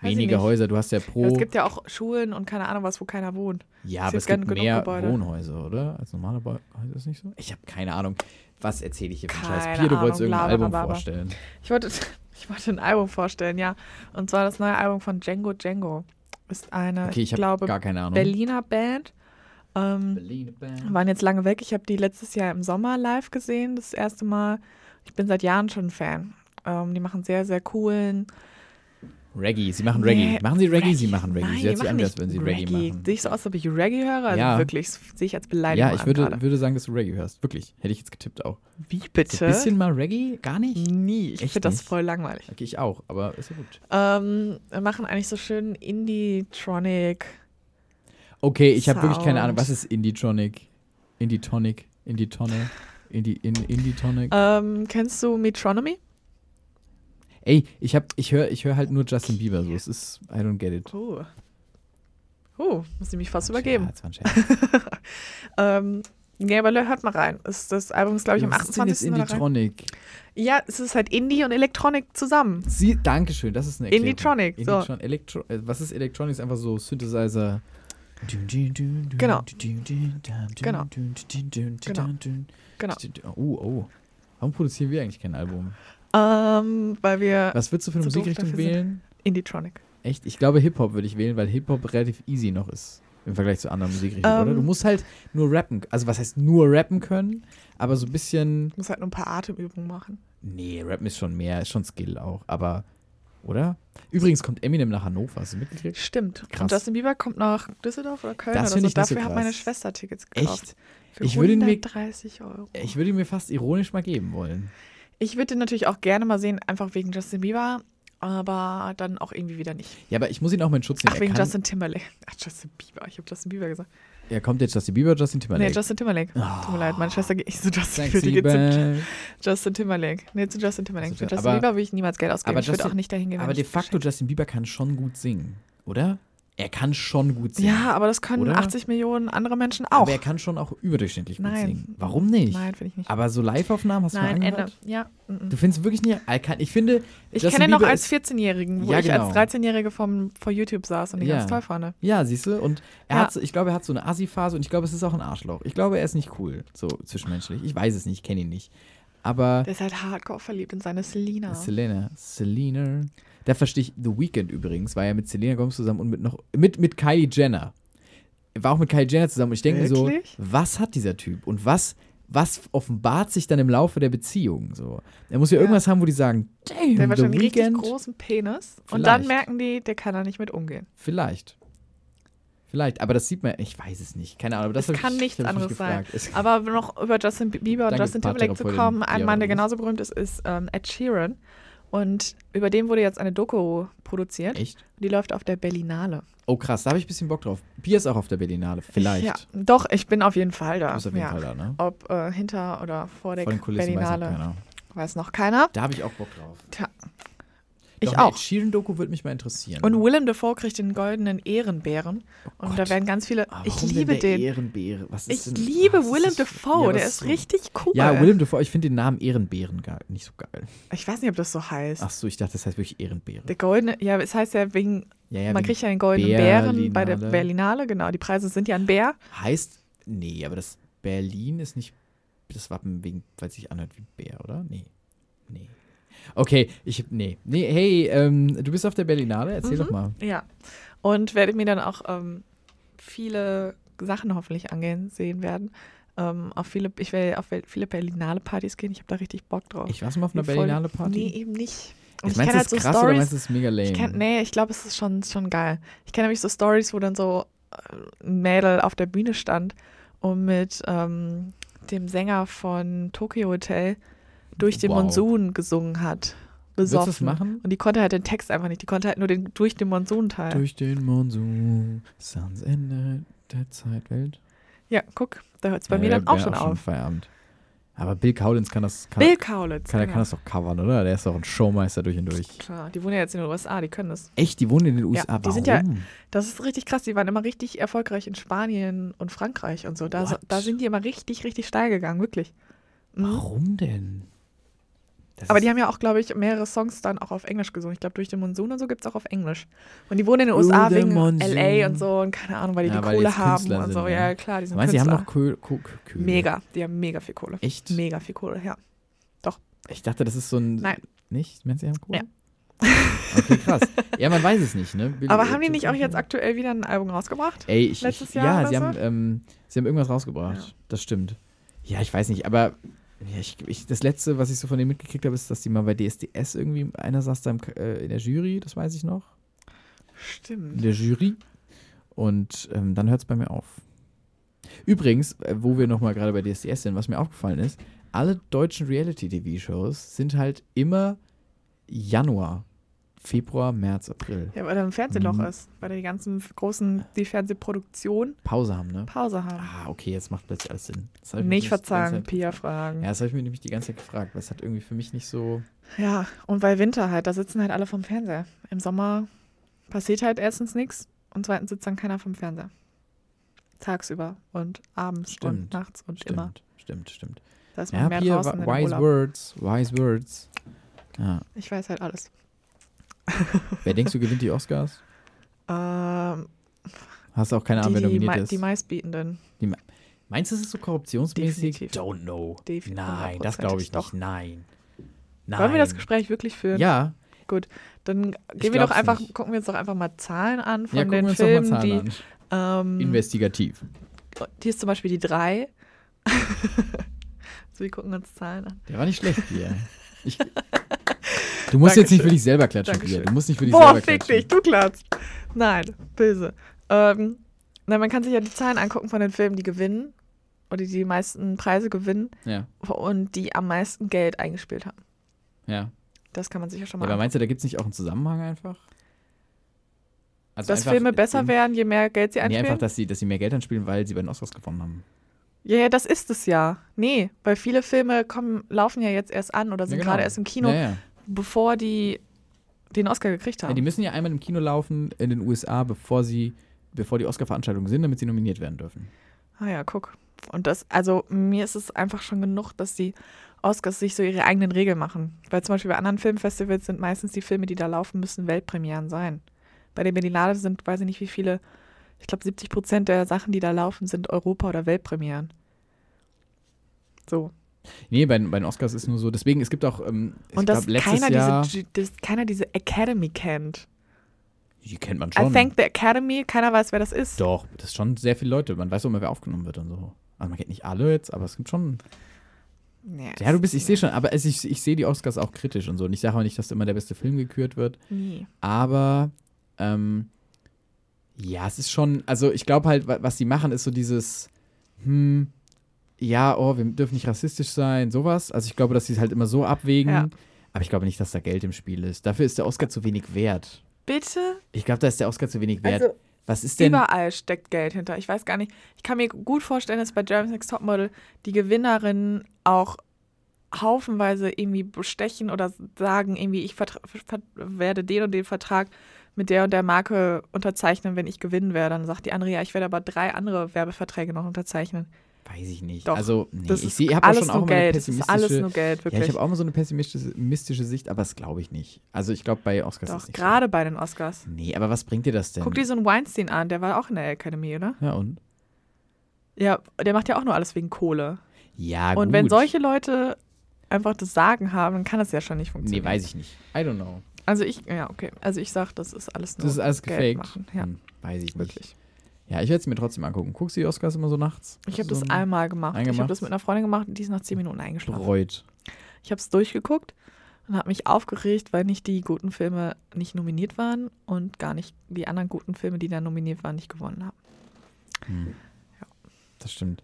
Weiß ich
weniger
nicht.
Häuser. Du hast ja pro.
Ja, es gibt ja auch Schulen und keine Ahnung was, wo keiner wohnt.
Ja,
Es
aber
gibt
es gibt
genug
mehr
Gebäude.
Wohnhäuser, oder? Als normale Bau- Häuser ist nicht so? Ich habe keine Ahnung. Was erzähle ich hier für einen
Keine
Scheiß? Pier, du wolltest
Ahnung,
irgendein
laber,
Album
laber.
vorstellen.
*laughs* Ich wollte, ich wollte ein Album vorstellen, ja. Und zwar das neue Album von Django Django. ist eine,
Okay, ich
ich
hab
glaube,
gar keine Ahnung.
Berliner Band. Ähm,
Berliner Band.
waren jetzt lange weg. Ich habe die letztes Jahr im Sommer live gesehen, das erste Mal. Ich bin seit Jahren schon Fan. Ähm, die machen sehr, sehr coolen.
Reggae, sie machen Reggae.
Nee,
machen sie Reggae, sie machen Reggae.
Nein,
sie hört
die
sich
machen
an, als
nicht
wenn sie Reggae, machen.
Sehe ich so aus, als ob ich Reggae höre? Also
Ja.
wirklich, das sehe ich als Beleidigung
ja, ich
an
würde,
gerade.
würde sagen, dass du Reggae hörst. Wirklich. Hätte ich jetzt getippt auch.
Wie
So
bitte?
ein bisschen mal Reggae? Gar nicht?
Nie. Ich
Echt
finde das
nicht?
voll langweilig.
Okay, ich auch, aber ist ja gut.
Ähm, machen eigentlich so schön Indie-Tronic.
Okay, ich habe wirklich keine
Sound.
Ahnung. Was ist Indie-Tronic? Indie-Tonic? Indie-Tonne? Indie, in, Indie-Tonic?
Ähm, kennst du Metronomy?
Ey, ich, hab, ich höre ich hör halt nur Justin Bieber so. Es ist, I don't get it.
Oh. Oh, muss ich mich fast übergeben.
Ja, das war ein Scherz.
Ähm, nee, aber hört mal rein. Ist, das Album ist, glaube ich, am
Was ist denn jetzt
28. oder rein.
Indie-Tronic?
Ja, es ist halt Indie und Elektronik zusammen.
Sie, Dankeschön, das ist eine Erklärung.
Indie-Tronic, so.
Indie-Tron- Elektro äh, was ist Electronic? Ist einfach so Synthesizer.
Genau.
Genau.
Genau.
Oh, oh. Warum produzieren wir eigentlich kein Album?
Ähm, weil wir
Was würdest du für eine
Zu doof
Musikrichtung
dafür sind-
wählen?
Indie-Tronic.
Echt? Ich glaube, Hip-Hop würde ich wählen, weil Hip-Hop relativ easy noch ist. Im Vergleich zu anderen Musikrichtungen,
Ähm.
oder? Du musst halt nur rappen. Also, was heißt nur rappen können? Aber so ein bisschen.
Ich muss halt nur ein paar Atemübungen machen.
Nee, rappen ist schon mehr, ist schon Skill auch. Aber, oder? Übrigens kommt Eminem nach Hannover. Hast du mitgekriegt?
Stimmt.
Krass.
Und Justin Bieber kommt nach Düsseldorf oder Köln
Das
oder
find
so.
ich nicht so
Dafür hat
krass.
meine Schwester Tickets gekauft.
Echt?
Für
Ich würde ihn mir-
130 Euro.
Ich würde ihn mir fast ironisch mal geben wollen.
Ich würde den natürlich auch gerne mal sehen, einfach wegen Justin Bieber, aber dann auch irgendwie wieder nicht.
Ja, aber ich muss ihn auch mal in Schutz nehmen.
Ach,
Er
wegen
kann-
Justin Timberlake. *laughs* Ach, Justin Bieber. Ich habe Justin Bieber gesagt.
Ja, kommt jetzt Justin Bieber, Justin Timberlake.
Nee, Justin Timberlake.
Oh.
Tut mir leid, meine Schwester geht nicht zu Justin Bieber, die
Sexy
geht zu
Back.
Justin Timberlake. Nee, zu Justin Timberlake. Für
Also,
Justin
aber-
Bieber würde ich niemals Geld ausgeben.
aber
Ich würde
Justin-
auch nicht dahin gehen. wenn
Aber de
ich-
facto, Justin Bieber kann schon gut singen, oder? Er kann schon gut singen.
Ja, aber das können
Oder?
80 Millionen andere Menschen auch.
aber er kann schon auch überdurchschnittlich gut
Nein.
singen. Warum nicht?
Nein, finde ich nicht.
Aber so Live-Aufnahmen hast du
Nein,
mal
Ende.
angehört?
Ja. mhm.
Du findest wirklich nicht. er kann- Ich finde,
Ich
Justin
kenne ihn noch
Bieber
als
ist-
14-Jährigen, wo
Ja,
ich
genau.
als 13-Jährige vom- vor YouTube saß und ihn
Ja.
ganz toll fand.
Ja, siehst du? Und er
Ja.
hat so, ich glaube, er hat so eine Assi-Phase und ich glaube, es ist auch ein Arschloch. Ich glaube, er ist nicht cool, so zwischenmenschlich. Ich weiß es nicht, ich kenne ihn nicht. Aber
Der ist halt hardcore verliebt in seine Selena.
Selena. Selena. Da verstehe ich The Weeknd übrigens, war ja mit Selena Gomez zusammen und mit noch mit, mit Kylie Jenner. War auch mit Kylie Jenner zusammen und ich denke
Wirklich?
so, was hat dieser Typ und was was offenbart sich dann im Laufe der Beziehung so? Er muss ja,
Ja.
irgendwas haben, wo die sagen, damn,
Der hat
The
schon einen richtig
Weeknd.
großen Penis. Und dann
Vielleicht.
merken die, der kann da nicht mit umgehen.
Vielleicht. Vielleicht, aber das sieht man, ich weiß es nicht, keine Ahnung, aber das
es
hab
kann
ich,
nichts
hab ich mich
anderes sein.
gefragt. Es-
Aber noch über Justin Bieber und
Danke,
Justin Timberlake zu
Paartherapeutin,
kommen, ein
Pia
Mann, der
Rose.
genauso berühmt ist, ist ähm, Ed Sheeran. Und über den wurde jetzt eine Doku produziert.
Echt?
Die läuft auf der Berlinale.
Oh krass, da habe ich ein bisschen Bock drauf. Bier ist auch auf der Berlinale, vielleicht.
Ja, doch, ich bin auf jeden Fall da.
Du bist auf jeden
ja.
Fall da, ne?
Ob äh, hinter oder vor der
Vor den Kulissen weiß noch
Berlinale,
keiner.
weiß noch keiner.
Da habe ich auch Bock drauf.
Tja,
Doch,
ich
eine
auch.
Ed Sheeran-Doku würde mich mal interessieren.
Und Willem Dafoe kriegt den goldenen Ehrenbären.
Oh
und da
Gott.
werden ganz viele.
Ah,
ich
warum
liebe
denn der
den.
Ehrenbeere? Was
Ich
ist denn, Ah,
liebe
was ist
Willem
das-
Dafoe.
Ja,
der
was
ist
so-
richtig cool.
Ja, Willem Dafoe, ich finde den Namen Ehrenbeeren geil, nicht so geil.
Ich weiß nicht, ob das so heißt.
Ach so, ich dachte, das heißt wirklich Ehrenbeere.
Der goldene, ja, es heißt ja wegen,
Ja, ja,
man
wegen
kriegt ja den goldenen Bären bei der
Berlinale.
Berlinale, genau. Die Preise sind ja ein Bär.
Heißt, nee, aber das Berlin ist nicht das Wappen, wegen, weil es sich anhört wie Bär, oder? Nee, nee. Okay, ich, nee, nee, hey, ähm, du bist auf der Berlinale,
Mhm.
erzähl doch mal.
Ja. Und werde mir dann auch ähm, viele Sachen hoffentlich angehen sehen werden. Ähm, auf viele, ich werde auf viele Berlinale-Partys gehen. Ich habe da richtig Bock drauf.
Ich war schon mal auf einer
Voll-
Berlinale-Party.
Nee, eben nicht. Und
Jetzt meinst du,
kenn halt
das ist krass oder
Stories-
meinst du, das ist mega lame?
Ich kenn, nee, ich glaube, es ist schon, schon geil. Ich kenne nämlich so Stories, wo dann so äh, ein Mädel auf der Bühne stand und mit ähm, dem Sänger von Tokyo Hotel durch den
Wow.
Monsun gesungen hat.
Willst du
Besoffen.
das machen?
Und die konnte halt den Text einfach nicht. Die konnte halt nur den durch den Monsun-Teil.
Durch den Monsun, sans Ende der Zeitwelt.
Ja, guck, da hört es bei
Ja,
mir
der
dann auch
Äh, wär
schon auf.
Feierabend. Aber Bill Kaulitz kann das, kann,
Bill Kaulitz.
kann, er-
ja.
kann das doch covern, oder? Der ist doch ein Showmeister durch und durch.
Klar, die wohnen ja jetzt in den USA, die können das.
Echt, die wohnen in den
Ja,
USA.
die
Warum?
sind ja- Mhm. Das ist richtig krass. Die waren immer richtig erfolgreich in Spanien und Frankreich und so. Da,
What?
da sind die immer richtig, richtig steil gegangen, wirklich. Mhm.
Warum denn? Das
Aber
ist-
die haben ja auch, glaube ich, mehrere Songs dann auch auf Englisch gesungen. Ich glaube, durch den Monsun und so gibt es auch auf Englisch. Und die wohnen in den
Through
USA
the
wegen
Monsoon.
LA und so und keine Ahnung, weil die
Ja,
die
weil die
Kohle
jetzt
haben
Künstler
und so.
sind, ne?
Ja, klar, die
Du
sind
meinst, die haben
Künstler.
noch Köhle? Köhle.
mega, die haben mega viel Kohle.
Echt?
Mega viel Kohle, ja.
Ich dachte, das ist so ein.
Nein.
Nicht? Meinst du, die haben Kohle?
Ja.
Okay, krass. ja, man weiß es
*laughs*
nicht, ne? Billie
Aber haben die nicht auch
Jean-
jetzt aktuell wieder ein Album rausgebracht?
Ey, ich,
letztes
ich,
Jahr
Ja,
oder
sie
so?
haben, ähm, sie haben irgendwas rausgebracht.
Ja.
Das stimmt. Ja, ich weiß nicht, aber ja, ich, ich, das Letzte, was ich so von denen mitgekriegt habe, ist, dass die mal bei DSDS irgendwie, einer saß da im, K- äh, in der Jury, das weiß ich noch. In
Stimmt.
der Jury. Und ähm, dann hört es bei mir auf. Übrigens, äh, wo wir nochmal gerade bei DSDS sind, was mir aufgefallen ist, alle deutschen Reality-TV-Shows sind halt immer Januar, Februar, März, April.
Ja, weil da ein Fernsehloch
Mhm.
ist, weil da die ganzen großen, die Fernsehproduktion
Pause haben, ne?
Pause haben.
Ah, okay, jetzt macht plötzlich alles Sinn. Das hab ich mir
nicht
die ganze
verzagen,
Zeit-
Pia fragen.
Ja,
Ja.
das habe ich mir nämlich die ganze Zeit gefragt, weil es hat irgendwie für mich nicht so.
und weil Winter halt, da sitzen halt alle vom Fernseher. Im Sommer passiert halt erstens nichts und zweitens sitzt dann keiner vom Fernseher. Tagsüber und abends
Stimmt.
und nachts und
Stimmt,
immer.
stimmt, stimmt.
Da ist man
Ja,
mehr
Pia,
draußen in
wa-
im
wise
Urlaub.
words, wise words. Ja.
Ich weiß halt alles.
Wer denkst du gewinnt die Oscars?
Ähm,
Hast du auch keine Ahnung,
die,
wer
die,
nominiert
mei-
ist?
die meistbietenden.
Meinst du, es ist so korruptionsmäßig?
Definitiv.
Don't know.
Definitiv,
Nein, das glaube ich
hundertprozentig
nicht. Nein. Nein.
Wollen wir das Gespräch wirklich führen?
Ja,
Dann gehen wir
glaub's
doch einfach,
nicht.
gucken wir uns doch einfach mal Zahlen an von
ja gucken wir
den
uns
Filmen,
doch mal Zahlen
die.
an.
Ähm,
Investigativ.
hier ist zum Beispiel die 3. also *laughs* wir gucken uns Zahlen an.
Der war nicht schlecht, Pia.
*laughs*
Ich, du musst jetzt nicht für
Dankeschön.
dich selber klatschen, Pia.
Dankeschön.
Du musst nicht für dich
Boah,
selber
fick
klatschen.
dich, du klatschst. Nein, böse. Ähm, na, man kann sich ja die Zahlen angucken von den Filmen, die gewinnen oder die die meisten Preise gewinnen
Ja,
und die am meisten Geld eingespielt haben.
ja.
Das kann man sich ja schon
Ja,
mal
aber
angucken.
meinst du, da gibt es nicht auch einen Zusammenhang einfach? Also
Dass
einfach
Filme
in-
besser werden, je mehr Geld sie
Nee,
einspielen?
einfach, dass sie, dass sie mehr Geld anspielen, weil sie bei den Oscars gewonnen haben.
Ja, ja, das ist es ja. Nee, weil viele Filme kommen, laufen ja jetzt erst an oder sind
Ja, genau.
gerade erst im Kino,
Ja, ja.
bevor die den Oscar gekriegt
ja,
haben.
die müssen ja einmal im Kino laufen in den USA, bevor sie, bevor die Oscar-Veranstaltungen sind, damit sie nominiert werden dürfen.
ah ja, guck. Und das, also mir ist es einfach schon genug, dass die Oscars sich so ihre eigenen Regeln machen. Weil zum Beispiel bei anderen Filmfestivals sind meistens die Filme, die da laufen, müssen Weltpremieren sein. Bei der Berlinale sind, weiß ich nicht wie viele, ich glaube 70 Prozent der Sachen, die da laufen, sind Europa- oder Weltpremieren. So.
Nee, bei, den- bei den Oscars ist nur so, deswegen, es gibt auch, ähm, ich
Und
glaube,
dass
letztes
keiner,
Jahr,
diese, dass keiner diese Academy kennt.
die kennt man
I
schon.
thank the Academy, keiner weiß, wer das ist.
Doch, das ist schon sehr viele Leute. Man weiß auch immer, wer aufgenommen wird und so. Also man kennt nicht alle jetzt, aber es gibt schon.
Nee,
Ja, du bist, ich sehe schon, aber es, ich, ich sehe die Oscars auch kritisch und so. Und ich sage auch nicht, dass immer der beste Film gekürt wird.
nie.
aber ähm, ja, es ist schon, also ich glaube halt, wa- was die machen, ist so dieses, hm, ja, oh, wir dürfen nicht rassistisch sein, sowas. Also ich glaube, dass sie es halt immer so abwägen.
Ja.
Aber ich glaube nicht, dass da Geld im Spiel ist. Dafür ist der Oscar zu wenig wert.
Bitte?
Ich glaube, da ist der Oscar zu wenig wert.
Also,
was ist denn?
Überall steckt Geld hinter. Ich weiß gar nicht. Ich kann mir gut vorstellen, dass bei Jeremy's Next Topmodel die Gewinnerinnen auch haufenweise irgendwie bestechen oder sagen, irgendwie, ich vertra- ver werde den und den Vertrag mit der und der Marke unterzeichnen, wenn ich gewinnen werde. Dann sagt die andere, ja, ich werde aber drei andere Werbeverträge noch unterzeichnen.
Weiß ich nicht.
Doch,
also, nee,
das
ich
ist
sehe- ich habe auch
alles
schon auch
nur
immer eine
Geld. Das ist alles
pessimistische.
nur Geld,
Ja,
wirklich.
ich habe auch immer so eine pessimistische mystische Sicht, aber das glaube ich nicht. Also ich glaube, bei Oscars ist
Doch,
nicht
gerade bei den Oscars.
so. Nee, aber was bringt dir das denn?
Guck dir so einen Weinstein an, der war auch in der Academy, oder?
ja, und?
Ja, der macht ja auch nur alles wegen Kohle.
Ja,
Und
Ah, gut.
wenn solche Leute einfach das Sagen haben, dann kann das ja schon nicht
Nee,
funktionieren.
weiß ich nicht. I don't know.
Also ich, ja, okay. Also ich sag, das ist alles nur
Das ist alles
Geld
gefaked.
machen. Ja,
Hm, weiß ich nicht.
wirklich.
Ja, ich werde es mir trotzdem angucken. Guckst du die Oscars immer so nachts?
Ich habe
so
das einmal gemacht. Ich
eingemacht.
habe das mit einer Freundin gemacht und die ist nach zehn Minuten eingeschlafen.
Bereut.
Ich habe es durchgeguckt und habe mich aufgeregt, weil nicht die guten Filme nicht nominiert waren und gar nicht die anderen guten Filme, die da nominiert waren, nicht gewonnen haben.
Hm.
Ja.
Das stimmt.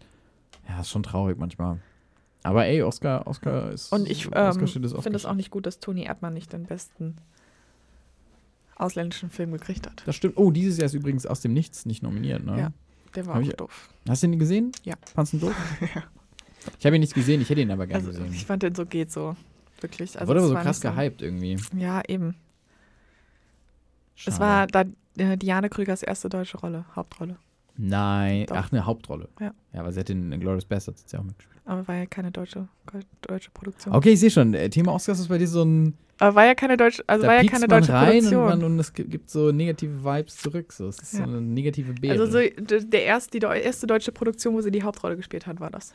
Ja, ist schon traurig manchmal. Aber ey, Oscar, Oscar ist.
Und ich ähm,
Oscar-Shit ist
finde es auch
Oscar-Shit.
nicht gut, dass Toni Erdmann nicht den besten ausländischen Film gekriegt hat.
Das stimmt. Oh, dieses Jahr ist übrigens aus dem Nichts nicht nominiert, ne?
Ja. Der war
Hab
auch
ich-
doof.
Hast du ihn gesehen?
Ja.
Fandst du
*laughs*
ihn doof? Ich habe ihn nicht gesehen, ich hätte ihn aber gerne
Also
gesehen.
ich fand den so geht so. Wirklich. Also
Wurde aber
es
so
war
krass
nicht
gehypt irgendwie.
Ja, eben. Es
Schade.
war da äh, Diane Krügers erste deutsche Rolle, Hauptrolle.
Nein.
Doch.
Ach, eine Hauptrolle.
Ja.
Ja, weil sie hat in Glorious Bastards jetzt ja auch mitgespielt.
Aber war ja keine deutsche, ke- deutsche Produktion.
Okay, ich sehe schon. äh, Thema Oscars ist bei dir so ein.
Aber war ja keine deutsche, also war ja
piekst
keine
man
deutsche
rein
Produktion.
Und, man, und es gibt, gibt so negative Vibes zurück. So. Es ist
Ja.
so eine negative Beere.
also so, d- der erste, die deu- erste deutsche Produktion, wo sie die Hauptrolle gespielt hat, war das.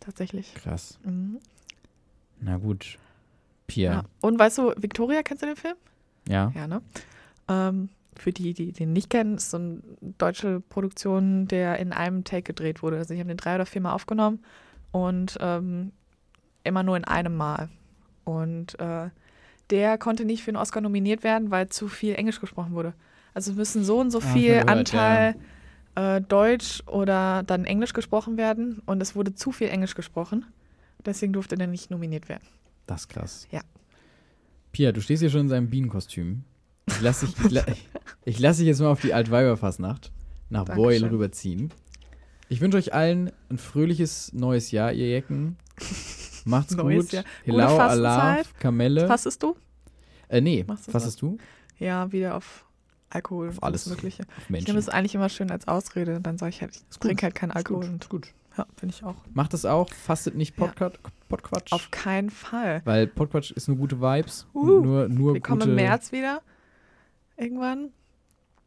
Tatsächlich.
Krass.
Mhm.
Na gut. Pia.
Und weißt du, Victoria, kennst du den Film?
Ja.
Ja, ne? Ähm, für die, die den nicht kennen, ist so eine deutsche Produktion, der in einem Take gedreht wurde. Also ich habe den drei oder viermal aufgenommen und ähm, immer nur in einem Mal. Und äh, der konnte nicht für einen Oscar nominiert werden, weil zu viel Englisch gesprochen wurde. Also es müssen so und so
Ah, hab ich
viel
mal gehört,
Anteil äh, Deutsch oder dann Englisch gesprochen werden und es wurde zu viel Englisch gesprochen. Deswegen durfte der nicht nominiert werden.
Das ist krass.
Ja.
Pia, du stehst hier schon in seinem Bienenkostüm. Ich lasse dich, ich la ich lass dich jetzt mal auf die Altweiberfassnacht nach Beul
Dankeschön.
rüberziehen. Ich wünsche euch allen ein fröhliches neues Jahr, ihr Jecken. Macht's
*laughs* Neues
gut.
Jahr. Gute
Hilau,
Fastenzeit.
Alaf, Kamelle.
Fastest du?
äh, nee,
Machst du's
fassest du?
Ja, wieder auf Alkohol.
Auf alles.
Mögliche.
Auf
Ich nehme
Menschen.
das eigentlich immer schön als Ausrede. Dann sage ich halt, ich
gut.
trinke halt keinen Alkohol.
Ist gut. Ist gut.
Ja, finde ich auch.
Macht das auch. Fastet nicht Podquatsch. Podquatsch.
Auf keinen Fall.
Weil Podquatsch ist nur gute Vibes.
Uh,
und nur, nur gute,
Wir kommen im März wieder. Irgendwann.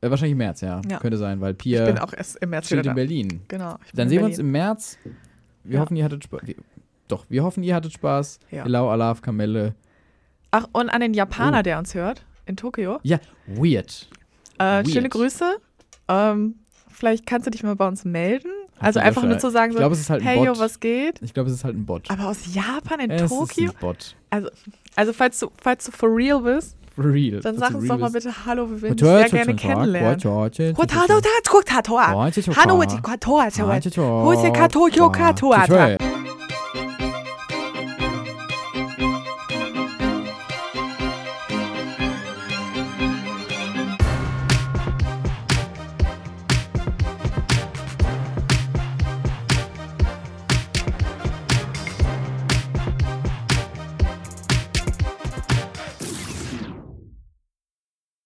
Äh, wahrscheinlich im März, ja.
Ja.
Könnte sein, weil
Ich bin
Pia
auch erst im März wieder
chillt
da.
in Berlin.
Genau. ich bin
Dann
in
sehen wir uns
Berlin.
im März. Wir
Ja.
hoffen, ihr hattet Spaß. Doch, wir hoffen, ihr hattet Spaß.
Ja.
Lau, Alaf, Kamelle.
Ach, und an den Japaner,
Oh.
der uns hört, in Tokio.
Ja, weird.
Äh,
Weird.
schöne Grüße. Ähm, vielleicht kannst du dich mal bei uns melden. Also
die
einfach nur
Bescheid.
zu sagen,
Ich
so,
glaube, es ist halt ein
hey, yo,
Bot.
was geht?
Ich glaube, es ist halt ein Bot.
Aber aus Japan in
es
Tokio?
ist ein Bot.
Also falls du, falls du for real bist,
For Real.
dann
Falls
sag
du
uns
real
doch mal
bist.
bitte Hallo, wir würden dich sehr gerne kennenlernen.
Hallo,
国塔都塔，国塔托啊，哈诺维奇国塔托啊，乔维。
Hallo,
啊 Wo ist der Kato- Kyo- Katoa?